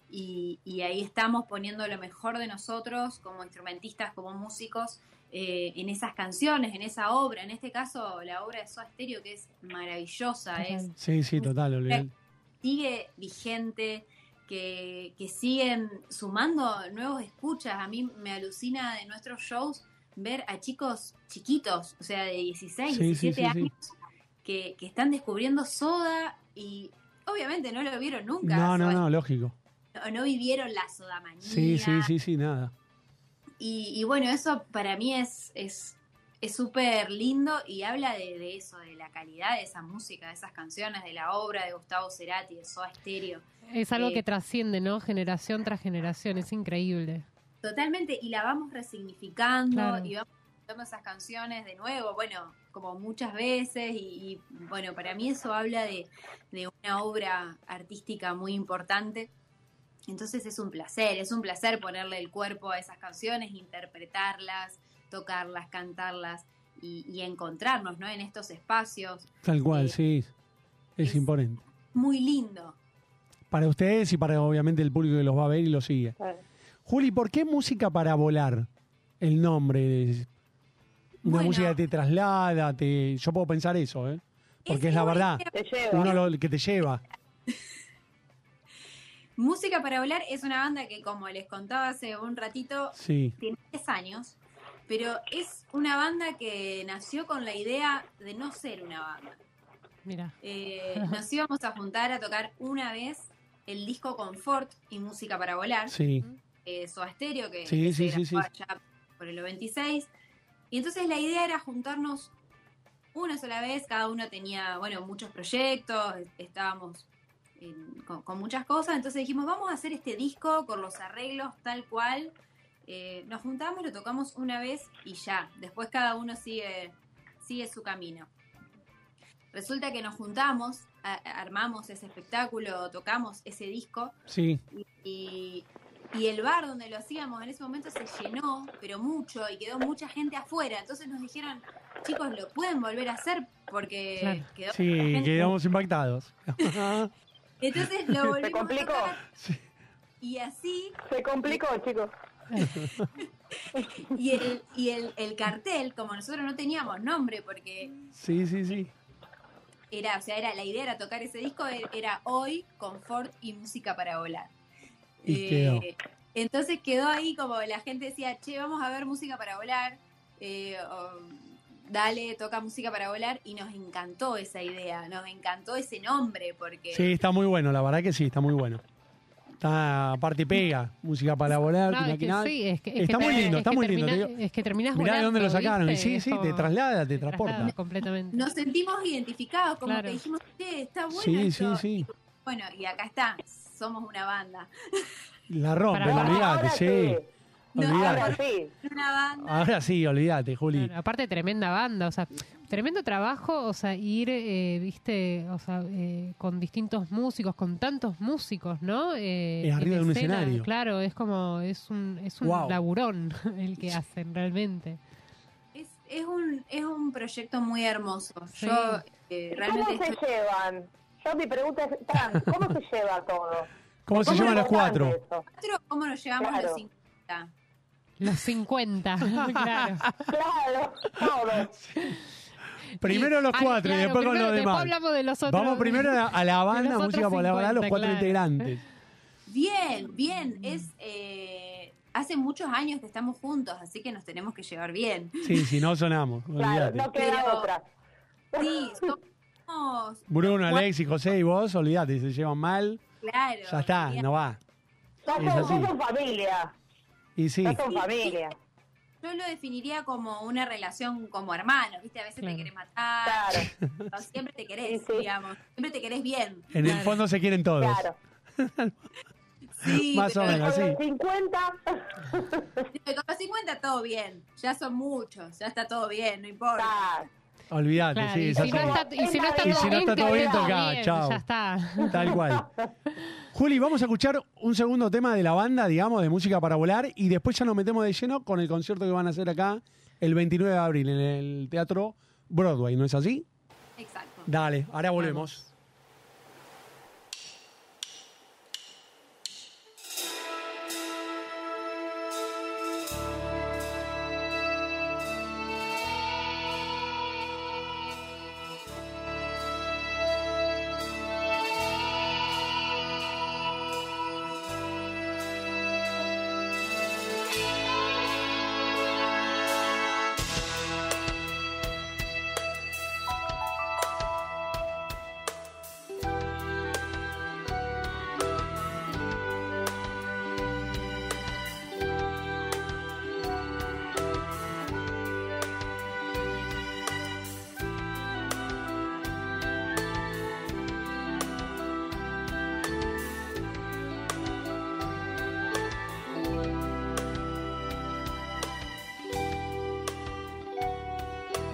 Speaker 17: y, y ahí estamos poniendo lo mejor de nosotros como instrumentistas, como músicos. eh, en esas canciones, en esa obra, en este caso la obra de Soda Stereo que es maravillosa, es
Speaker 3: Sí, sí, total, olvidate.
Speaker 17: sigue vigente, que, que siguen sumando nuevos escuchas. A mí me alucina de nuestros shows ver a chicos chiquitos, o sea, de 16,
Speaker 2: Sí, sí,
Speaker 17: 17
Speaker 2: sí, sí.
Speaker 17: años, Que, que están descubriendo soda y obviamente no lo vieron nunca.
Speaker 3: No, no,
Speaker 17: Soda-
Speaker 3: no, lógico.
Speaker 17: o no vivieron la sodamanía.
Speaker 3: Sí, sí, sí, sí, nada.
Speaker 17: Y, y bueno, eso para mí es... es es súper lindo y habla de, de eso, de la calidad de esa música, de esas canciones, de la obra de Gustavo Cerati, de Soda Stereo.
Speaker 4: Es algo
Speaker 17: Eh,
Speaker 4: que trasciende, ¿no? Generación tras generación, es increíble.
Speaker 17: Totalmente, y la vamos resignificando
Speaker 4: Claro.
Speaker 17: y vamos cantando esas canciones de nuevo, bueno, como muchas veces, y, y, bueno, para mí eso habla de, de una obra artística muy importante. Entonces es un placer, es un placer ponerle el cuerpo a esas canciones, interpretarlas, tocarlas, cantarlas y, y encontrarnos ¿no? en estos espacios.
Speaker 3: Tal cual, sí. Es imponente.
Speaker 17: Muy lindo.
Speaker 3: Para ustedes y para, obviamente, el público que los va a ver y lo sigue. Juli, ¿por qué música para volar? El nombre. es- Una
Speaker 17: Bueno.
Speaker 3: música que te traslada, te... yo puedo pensar eso, ¿eh? Porque es, la verdad. Uno lo que te lleva.
Speaker 17: Música para hablar es una banda que, como les contaba hace un ratito,
Speaker 3: Sí.
Speaker 17: tiene 10 años, pero es una banda que nació con la idea de no ser una banda.
Speaker 4: Mira.
Speaker 17: Eh, nos íbamos a juntar a tocar una vez el disco Confort y Música para Volar,
Speaker 3: Sí.
Speaker 17: eh, Soda Stereo, que,
Speaker 3: Sí,
Speaker 17: que
Speaker 3: sí,
Speaker 17: se
Speaker 3: sí,
Speaker 17: grabó
Speaker 3: sí.
Speaker 17: allá por el 96. Y entonces la idea era juntarnos una sola vez, cada uno tenía, bueno, muchos proyectos, estábamos en- con, con muchas cosas, entonces dijimos, vamos a hacer este disco con los arreglos tal cual. Eh, nos juntamos, lo tocamos una vez y ya, después cada uno sigue, sigue su camino. Resulta que nos juntamos, a- armamos ese espectáculo, tocamos ese disco
Speaker 3: Sí.
Speaker 17: y, Y el bar donde lo hacíamos en ese momento se llenó, pero mucho, y quedó mucha gente afuera. Entonces nos dijeron, chicos, lo pueden volver a hacer porque
Speaker 3: Claro.
Speaker 17: quedó mucha
Speaker 3: Sí,
Speaker 17: gente".
Speaker 3: quedamos impactados.
Speaker 17: Entonces lo
Speaker 3: Se
Speaker 17: volvimos
Speaker 6: complicó.
Speaker 17: a tocar. Y así.
Speaker 6: Se complicó, chicos.
Speaker 17: Y el, y el, el cartel, como nosotros no teníamos nombre, porque
Speaker 3: Sí, sí, sí.
Speaker 17: era, o sea, era la idea era tocar ese disco, e- era hoy, confort y música para volar.
Speaker 3: Y
Speaker 4: Eh,
Speaker 3: quedó.
Speaker 17: Entonces quedó ahí como la gente decía, che, vamos a ver música para volar, eh, o, dale, toca música para volar, y nos encantó esa idea, nos encantó ese nombre, porque
Speaker 3: Sí, está muy bueno, la verdad que sí, está muy bueno. Está, aparte pega, música para volar,
Speaker 4: No,
Speaker 3: te
Speaker 4: es que
Speaker 3: imaginás.
Speaker 4: sí, es que- es que
Speaker 3: está
Speaker 4: te-
Speaker 3: muy lindo,
Speaker 4: es
Speaker 3: está
Speaker 4: que
Speaker 3: muy lindo.
Speaker 4: termina-
Speaker 3: te digo.
Speaker 4: es que terminás
Speaker 3: Mirá de dónde lo
Speaker 4: volando,
Speaker 3: sacaron. Y
Speaker 4: ¿viste?
Speaker 3: sí,
Speaker 4: Es
Speaker 3: sí, te
Speaker 4: como-
Speaker 3: traslada, te transporta.
Speaker 4: completamente.
Speaker 17: nos sentimos identificados, como
Speaker 4: Claro.
Speaker 17: que dijimos, che, está bueno.
Speaker 3: Sí, sí,
Speaker 17: esto".
Speaker 3: sí.
Speaker 17: Bueno, y acá está, somos una banda.
Speaker 3: La rompe,
Speaker 4: Para-
Speaker 3: olvídate,
Speaker 4: Ahora
Speaker 3: sí.
Speaker 4: sí.
Speaker 17: No,
Speaker 3: Olvídate.
Speaker 4: ahora
Speaker 17: sí. Una banda.
Speaker 3: Ahora sí, olvídate, Juli.
Speaker 4: Claro, aparte, tremenda banda, o sea, tremendo trabajo, o sea, ir, eh, viste, o sea, eh, con distintos músicos, con tantos músicos, ¿no? Eh,
Speaker 3: Es arriba
Speaker 4: en
Speaker 3: de un
Speaker 4: escena,
Speaker 3: escenario.
Speaker 4: Claro, es como, es un, es un
Speaker 3: Wow.
Speaker 4: laburón *laughs* el que hacen realmente.
Speaker 17: Es, es, un, es un proyecto muy hermoso.
Speaker 4: Sí.
Speaker 17: Yo eh,
Speaker 6: ¿Cómo
Speaker 17: realmente
Speaker 6: se
Speaker 17: estoy...
Speaker 6: llevan? Yo mi pregunta es, pará, ¿cómo se lleva todo?
Speaker 3: ¿Cómo se llaman
Speaker 6: lo
Speaker 3: las cuatro?
Speaker 6: importante eso?
Speaker 17: ¿Cuatro? ¿Cómo nos llevamos
Speaker 6: Claro.
Speaker 17: los 50?
Speaker 4: Los 50, *laughs* claro.
Speaker 6: *laughs* Claro, todos.
Speaker 3: Primero los
Speaker 4: Ay,
Speaker 3: cuatro y
Speaker 4: claro,
Speaker 3: después con
Speaker 4: primero-
Speaker 3: los
Speaker 4: después
Speaker 3: demás.
Speaker 4: hablamos de los otros.
Speaker 3: Vamos primero a la, a la
Speaker 4: de
Speaker 3: banda,
Speaker 4: los
Speaker 3: música
Speaker 4: otros
Speaker 3: para hablar los
Speaker 4: 50,
Speaker 3: cuatro
Speaker 4: claro.
Speaker 3: integrantes.
Speaker 17: Bien, bien. Es, eh, hace muchos años que estamos juntos, así que nos tenemos que llevar bien.
Speaker 3: Sí, si no sonamos, olvídate.
Speaker 17: Pero- Sí, somos...
Speaker 3: Bruno, Alexis, José y vos, olvídate, se llevan mal,
Speaker 17: Claro.
Speaker 3: ya está, no va.
Speaker 6: Ya
Speaker 3: Es
Speaker 6: son-
Speaker 3: así.
Speaker 6: ya son familia.
Speaker 3: Y sí,
Speaker 6: Ya son familia.
Speaker 17: Yo lo definiría como una relación como hermanos, ¿viste? A veces
Speaker 3: Claro.
Speaker 17: te querés matar, *laughs* o siempre te querés, digamos, siempre te querés bien.
Speaker 3: en el fondo se quieren todos.
Speaker 17: Sí,
Speaker 3: Más o
Speaker 17: pero-
Speaker 3: menos, sí.
Speaker 17: *laughs*
Speaker 6: 50.
Speaker 17: Con los 50 todo bien, ya son muchos, ya está todo bien, no importa.
Speaker 3: Olvídate,
Speaker 4: Claro,
Speaker 3: sí,
Speaker 4: y,
Speaker 3: es
Speaker 4: si no
Speaker 3: así.
Speaker 4: está, y si no está
Speaker 3: Y
Speaker 4: todo
Speaker 3: si no
Speaker 4: bien,
Speaker 3: está todo bien,
Speaker 4: quedó
Speaker 3: toca,
Speaker 4: bien,
Speaker 3: chao.
Speaker 4: Ya está.
Speaker 3: Tal cual. Juli, vamos a escuchar un segundo tema de la banda, digamos, de música para volar, y después ya nos metemos de lleno con el concierto que van a hacer acá el 29 de abril en el Teatro Broadway, ¿no es así?
Speaker 17: Exacto.
Speaker 3: Dale, ahora volvemos.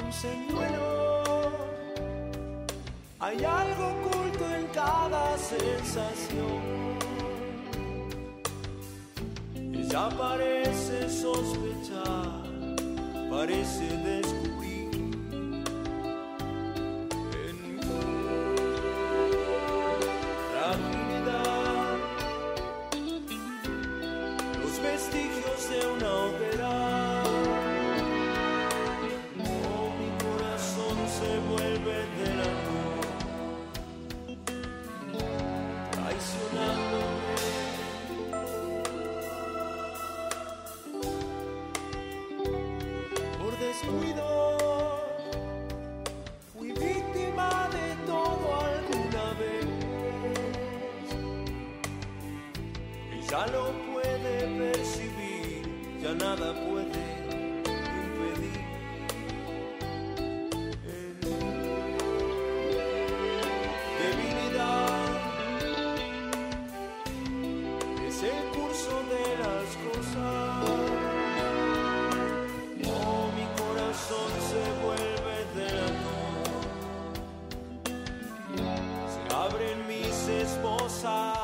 Speaker 15: un señuelo. Hay algo oculto en cada sensación. Y ya parece sospechar, parece descubrir. En mi fragilidad, los vestigios de una hoguera. Oh, mi corazón se vuelve del amor, traicionándome. Por descuido, fui víctima de todo alguna vez. Y ya lo puede percibir, ya nada puede impedir. debilidad es el curso de las cosas. Oh, mi corazón se vuelve de amor, se abren mis esposas.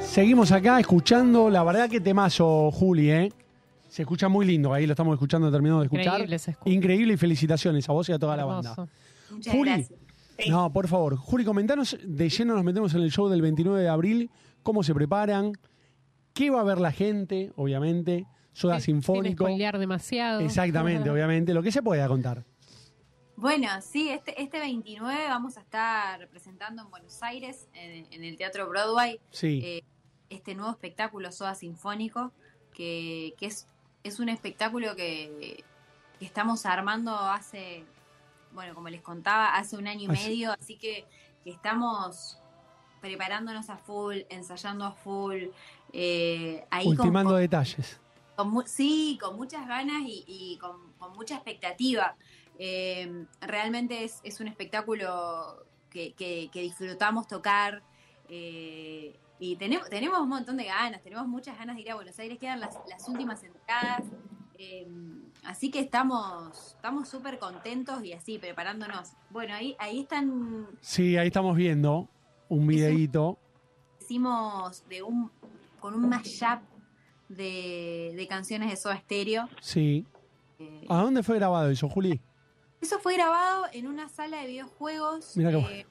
Speaker 3: Seguimos acá escuchando, la verdad que temazo, Juli, ¿eh? Se escucha muy lindo, ahí lo estamos escuchando, terminando de escuchar.
Speaker 4: Increíble, se
Speaker 3: Increíble y felicitaciones a vos y a toda la banda.
Speaker 4: Hermoso.
Speaker 17: Muchas
Speaker 3: Juli.
Speaker 17: gracias.
Speaker 3: No, por favor. Juli, comentanos de lleno, nos metemos en el show del 29 de abril, cómo se preparan, qué va a ver la gente, obviamente, Soda
Speaker 4: Sin
Speaker 3: Sinfónico.
Speaker 4: spoilear demasiado. *laughs*
Speaker 3: Exactamente, obviamente, lo que se pueda contar.
Speaker 17: Bueno, sí, este, este 29 vamos a estar representando en Buenos Aires, en, en el Teatro Broadway,
Speaker 3: Sí.
Speaker 17: eh, este nuevo espectáculo Soda Sinfónico, que, que es, es un espectáculo que, que estamos armando hace, bueno, como les contaba, hace un año y
Speaker 18: Hace-
Speaker 17: medio, así que, que estamos preparándonos a full, ensayando a full, eh, ahí con,
Speaker 3: Ultimando detalles.
Speaker 17: con mu- sí, con muchas ganas y, y con, con mucha expectativa. Eh, realmente es, es un espectáculo que, que- que disfrutamos tocar eh, y tenemos, tenemos un montón de ganas, tenemos muchas ganas de ir a Buenos Aires, quedan las, las últimas entradas. eh, así que estamos estamos súper contentos y así preparándonos. Bueno, ahí, ahí están
Speaker 3: Sí, ahí estamos viendo un videíto.
Speaker 17: hicimos de un con un mashup de, de canciones de Soda Stereo.
Speaker 3: Sí.
Speaker 17: Eh.
Speaker 3: ¿A dónde fue grabado eso, Juli?
Speaker 17: Eso fue grabado en una sala de videojuegos
Speaker 3: Mirá qué
Speaker 17: eh,
Speaker 3: bueno.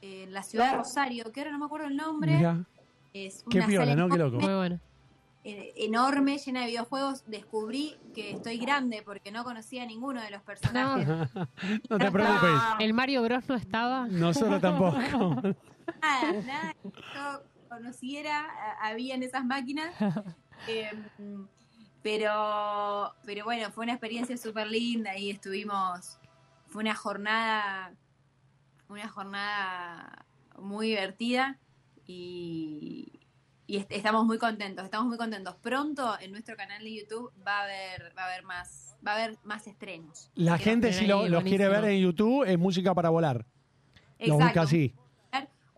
Speaker 17: en la ciudad de Rosario, que ahora no me acuerdo el nombre.
Speaker 3: Mirá.
Speaker 17: Es
Speaker 3: Qué
Speaker 17: una
Speaker 3: piola,
Speaker 17: sala
Speaker 3: ¿no? Qué
Speaker 17: enorme,
Speaker 3: loco.
Speaker 17: *laughs*
Speaker 3: *laughs*
Speaker 17: eh, enorme, llena de videojuegos. Descubrí que estoy grande porque no conocía a ninguno de los personajes.
Speaker 3: no te
Speaker 17: *laughs*
Speaker 3: preocupes.
Speaker 4: El Mario Bros no estaba.
Speaker 3: Nosotros tampoco.
Speaker 17: nada, Ah, nada que yo conociera a- había en
Speaker 3: *laughs*
Speaker 17: esas máquinas. Eh, pero, pero bueno, fue una experiencia súper linda y estuvimos, fue una jornada, una jornada muy divertida y, y est- estamos muy contentos, estamos muy contentos. Pronto en nuestro canal de YouTube va a haber, va a haber más, va a haber más estrenos.
Speaker 3: La
Speaker 17: Que
Speaker 3: gente,
Speaker 17: nos
Speaker 3: si
Speaker 17: ven
Speaker 3: lo-
Speaker 17: ahí,
Speaker 3: los quiere ver
Speaker 17: buenísimo.
Speaker 3: en YouTube, es música para volar. Lo
Speaker 17: Exacto.
Speaker 3: busca así,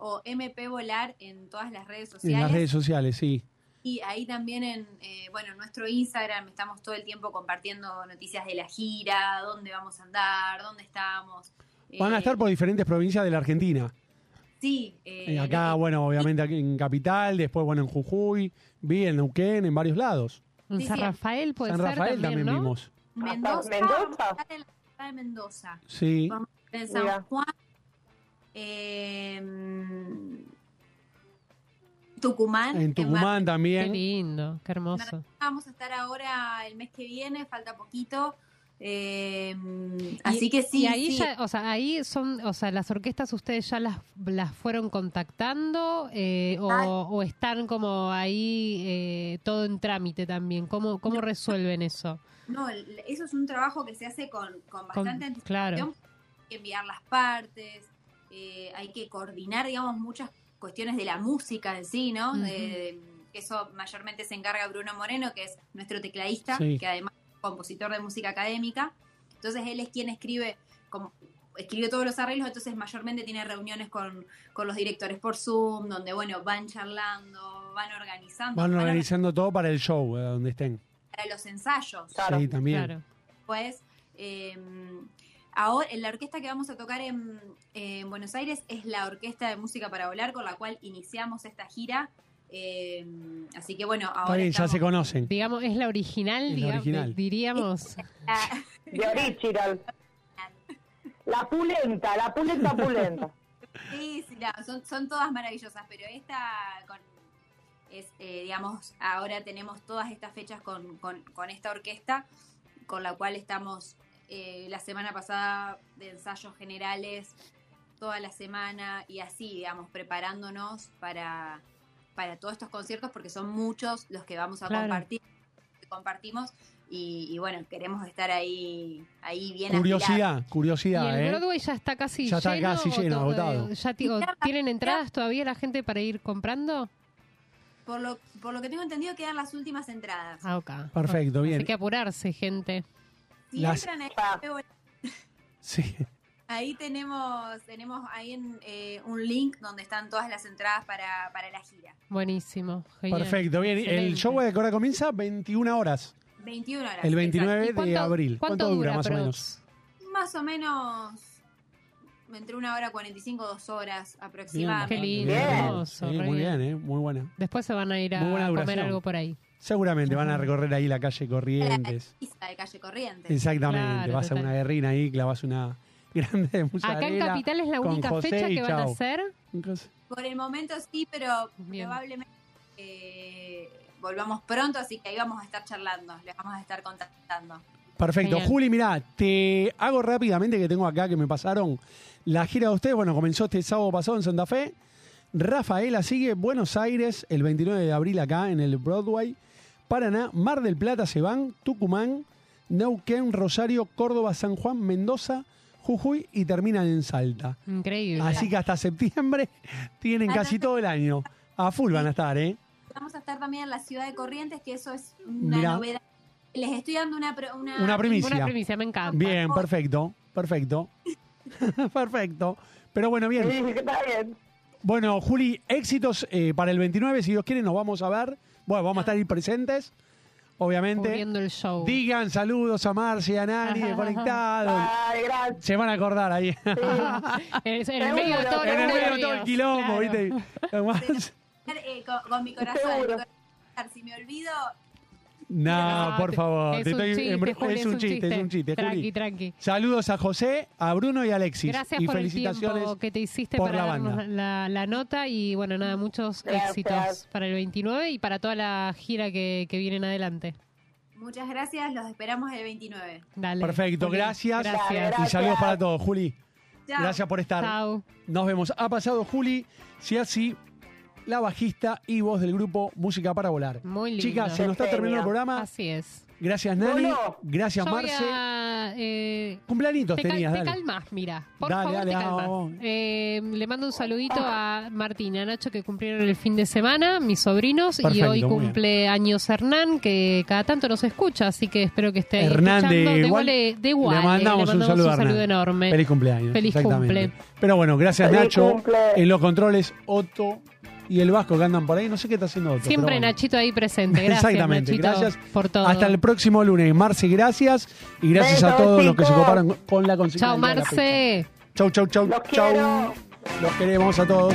Speaker 17: o MP Volar en todas las redes sociales.
Speaker 3: en las redes sociales, sí.
Speaker 17: Y ahí también en, eh, bueno, en nuestro Instagram estamos todo el tiempo compartiendo noticias de la gira, dónde vamos a andar, dónde estamos. Eh,
Speaker 3: Van a estar por diferentes provincias de la Argentina.
Speaker 17: Sí, eh,
Speaker 3: Eh, acá, bueno, obviamente aquí en Capital, después, bueno, en Jujuy, vi en Neuquén, en varios lados.
Speaker 4: En San Rafael puede
Speaker 3: San
Speaker 4: ser
Speaker 3: Rafael también,
Speaker 4: también, ¿no?
Speaker 3: vimos.
Speaker 17: Mendoza.
Speaker 9: Mendoza.
Speaker 17: vamos a estar en la ciudad de Mendoza.
Speaker 3: Sí.
Speaker 17: Vamos a estar en San
Speaker 9: Mira.
Speaker 17: Juan. eh, Tucumán.
Speaker 3: En Tucumán también.
Speaker 4: Qué lindo, qué hermoso.
Speaker 17: Vamos a estar ahora el mes que viene, falta poquito. eh, así que sí.
Speaker 4: Y ahí
Speaker 17: sí.
Speaker 4: ya, o sea, ahí son, o sea, las orquestas ustedes ya las, las fueron contactando eh, o,
Speaker 17: Ah.
Speaker 4: o están como ahí eh, todo en trámite también. ¿Cómo, cómo resuelven eso?
Speaker 17: No, el- eso es un trabajo que se hace con, con
Speaker 4: Con-
Speaker 17: bastante anticipación.
Speaker 4: claro.
Speaker 17: Hay que enviar las partes, eh, hay que coordinar, digamos, muchas cuestiones de la música en sí, ¿no?
Speaker 4: Ujú.
Speaker 17: Eh, eso mayormente se encarga Bruno Moreno, que es nuestro tecladista,
Speaker 4: Sí.
Speaker 17: que además es compositor de música académica. Entonces él es quien escribe, como, escribe todos los arreglos, entonces mayormente tiene reuniones con, con los directores por Zoom, donde, bueno, van charlando, van organizando,
Speaker 3: Van organizando todo para el show, eh, donde estén.
Speaker 17: para los ensayos.
Speaker 3: Sí, también.
Speaker 17: Pues, eh, ahora, en la orquesta que vamos a tocar en, en Buenos Aires es la Orquesta de Música para Volar, con la cual iniciamos esta gira. Eh, así que bueno, ahora
Speaker 3: Está bien, ya
Speaker 17: estamos-
Speaker 3: se conocen.
Speaker 4: Digamos, es la original,
Speaker 3: Es la
Speaker 4: digamos,
Speaker 3: original.
Speaker 4: diríamos.
Speaker 9: De original. La pulenta, la pulenta pulenta.
Speaker 17: Sí, sí, no, son, son todas maravillosas, pero esta con- es, eh, digamos, ahora tenemos todas estas fechas con, con- con esta orquesta, con la cual estamos eh, la semana pasada de ensayos generales, toda la semana y así, digamos, preparándonos para, para todos estos conciertos, porque son muchos los que vamos a
Speaker 4: Claro.
Speaker 17: compartir, que compartimos, y, y bueno, queremos estar ahí, ahí bien afilados.
Speaker 3: Curiosidad, curiosidad,
Speaker 4: y el
Speaker 3: ¿eh?
Speaker 4: Broadway ya está casi
Speaker 3: Ya está
Speaker 4: lleno.
Speaker 3: casi
Speaker 4: o
Speaker 3: lleno,
Speaker 4: to-
Speaker 3: agotado.
Speaker 4: eh, ya ti- o ¿Tienen entradas todavía la gente para ir comprando?
Speaker 17: Por lo, por lo que tengo entendido, quedan las últimas entradas.
Speaker 4: Ah, ok.
Speaker 3: Perfecto, bien.
Speaker 4: Hay que apurarse, gente.
Speaker 17: Si
Speaker 3: Las-
Speaker 17: entran ahí,
Speaker 9: Ah.
Speaker 3: Sí.
Speaker 17: ahí tenemos, tenemos ahí en, eh, un link donde están todas las entradas para, para la gira.
Speaker 4: Buenísimo. genial.
Speaker 3: Perfecto, bien. El
Speaker 4: Excelente.
Speaker 3: show de ahora comienza 21 horas,
Speaker 17: 21 horas.
Speaker 3: el 29
Speaker 17: exacto.
Speaker 3: de eh, abril.
Speaker 4: cuánto
Speaker 3: dura,
Speaker 4: dura,
Speaker 3: más o
Speaker 4: pero?
Speaker 3: menos?
Speaker 17: Más o menos entre una hora 45 dos horas aproximadamente.
Speaker 3: Sí, muy bien, ¿eh? Muy buena.
Speaker 4: Después se van a ir a
Speaker 3: Muy buena
Speaker 4: comer
Speaker 3: duración.
Speaker 4: algo por ahí.
Speaker 3: Seguramente van a recorrer ahí la calle Corrientes.
Speaker 17: Pizza de calle corriente.
Speaker 3: Exactamente. vas a una
Speaker 17: total.
Speaker 3: guerrina ahí, clavas una *laughs* grande musarela.
Speaker 17: Acá en Capital es la
Speaker 3: con
Speaker 17: única
Speaker 3: José
Speaker 17: fecha
Speaker 3: y
Speaker 17: que van a
Speaker 3: chau.
Speaker 17: hacer.
Speaker 3: Entonces,
Speaker 17: Por el momento sí, pero probablemente eh, volvamos pronto, así que ahí vamos a estar charlando, les vamos a estar contactando.
Speaker 3: Perfecto.
Speaker 17: Genial.
Speaker 3: Juli, mirá, te hago rápidamente que tengo acá que me pasaron la gira de ustedes. Bueno, comenzó este sábado pasado en Santa Fe. Rafaela sigue Buenos Aires el 29 de abril acá en el Broadway. Paraná, Mar del Plata se van, Tucumán, Neuquén, Rosario, Córdoba, San Juan, Mendoza, Jujuy y terminan en Salta.
Speaker 4: Increíble.
Speaker 3: Así que hasta septiembre *laughs* tienen casi todo el año. A full van a estar, ¿eh?
Speaker 17: Vamos a estar también en la ciudad de Corrientes, que eso es una
Speaker 3: Mirá.
Speaker 17: novedad. Les estoy dando una, pro- una,
Speaker 3: Una primicia.
Speaker 4: me encanta.
Speaker 3: Bien, perfecto, perfecto. *laughs* perfecto. Pero bueno, bien.
Speaker 4: Eh.
Speaker 3: Bueno, Juli, éxitos eh, para el 29. Si Dios quiere, nos vamos a ver. Bueno, vamos a estar ahí presentes, obviamente.
Speaker 4: Cubriendo el show.
Speaker 3: Digan saludos a Marcia, a Nani,
Speaker 4: *laughs*
Speaker 3: de Conectados. *laughs* Se van a acordar ahí.
Speaker 4: en, en el
Speaker 17: Seguro,
Speaker 4: medio de todo,
Speaker 3: en el medio de todo el
Speaker 4: nervios.
Speaker 3: quilombo,
Speaker 4: Claro.
Speaker 3: ¿viste?
Speaker 4: *laughs*
Speaker 3: Además,
Speaker 17: *laughs* eh, con, con mi corazón.
Speaker 2: Seguro.
Speaker 17: mi corazón. Si me olvido,
Speaker 3: no, por favor.
Speaker 4: Es
Speaker 3: te
Speaker 4: un
Speaker 3: estoy-
Speaker 4: chiste,
Speaker 3: embru-
Speaker 4: Juli,
Speaker 3: es un chiste, es un chiste.
Speaker 4: Tranqui,
Speaker 3: Juli.
Speaker 4: tranqui.
Speaker 3: Saludos a José, a Bruno y a Alexis.
Speaker 4: Gracias
Speaker 3: y
Speaker 4: por el
Speaker 3: felicitaciones.
Speaker 4: tiempo que te hiciste
Speaker 3: por
Speaker 4: para
Speaker 3: la
Speaker 4: darnos
Speaker 3: banda.
Speaker 4: la, la nota y bueno, nada, muchos
Speaker 17: Gracias.
Speaker 4: éxitos para el 29 y para toda la gira que, que viene en adelante.
Speaker 17: muchas gracias, los esperamos el 29.
Speaker 4: Dale.
Speaker 3: Perfecto,
Speaker 4: Juli,
Speaker 3: gracias.
Speaker 4: Gracias.
Speaker 3: Y saludos para todos, Juli.
Speaker 17: Chao.
Speaker 3: Gracias por estar.
Speaker 4: Chao.
Speaker 3: Nos vemos. Ha pasado Juli Siassi, la bajista y voz del grupo Música para Volar.
Speaker 4: Muy lindo.
Speaker 3: Chicas, se nos está terminando el programa.
Speaker 4: Así es.
Speaker 3: Gracias, Nani.
Speaker 4: Voló.
Speaker 3: Gracias,
Speaker 4: Yo voy
Speaker 3: Marce.
Speaker 4: a, eh,
Speaker 3: Cumpleañitos
Speaker 4: te cal-
Speaker 3: tenías,
Speaker 4: te
Speaker 3: dale.
Speaker 4: calmas, mira. Por
Speaker 3: Dale,
Speaker 4: favor,
Speaker 3: dale,
Speaker 4: te
Speaker 3: ah,
Speaker 4: calmas.
Speaker 3: vamos.
Speaker 4: Eh, le mando un saludito a Martín, a Nacho, que cumplieron el fin de semana, mis sobrinos. y
Speaker 3: Perfecto,
Speaker 4: hoy
Speaker 3: muy bien.
Speaker 4: cumple años Hernán, que cada tanto nos escucha, así que espero que esté
Speaker 3: Hernán de
Speaker 4: eh, escuchando.
Speaker 3: Gual-
Speaker 4: Guale- de eh, Guale.
Speaker 3: Le mandamos, un saludo, a Hernán.
Speaker 4: enorme.
Speaker 3: Feliz cumpleaños.
Speaker 4: Feliz
Speaker 3: exactamente.
Speaker 4: cumple.
Speaker 3: Pero bueno, gracias
Speaker 4: Feliz
Speaker 3: Nacho.
Speaker 4: cumple.
Speaker 3: En los controles, Otto y el Vasco que andan por ahí. No sé qué está haciendo Otto.
Speaker 4: Siempre
Speaker 3: pero bueno.
Speaker 4: Nachito
Speaker 3: *laughs*
Speaker 4: ahí presente. Gracias,
Speaker 3: Exactamente,
Speaker 4: Nachito,
Speaker 3: gracias.
Speaker 4: por todo.
Speaker 3: Hasta el próximo lunes. Marce, gracias. Y gracias a
Speaker 4: Besos,
Speaker 3: todos los que se
Speaker 4: chicos.
Speaker 3: coparon con la consigna.
Speaker 4: Chao,
Speaker 3: del día de la fecha.
Speaker 4: Marce.
Speaker 3: Chau, chau, chau.
Speaker 4: Los
Speaker 3: chau.
Speaker 4: quiero.
Speaker 3: Los queremos a todos.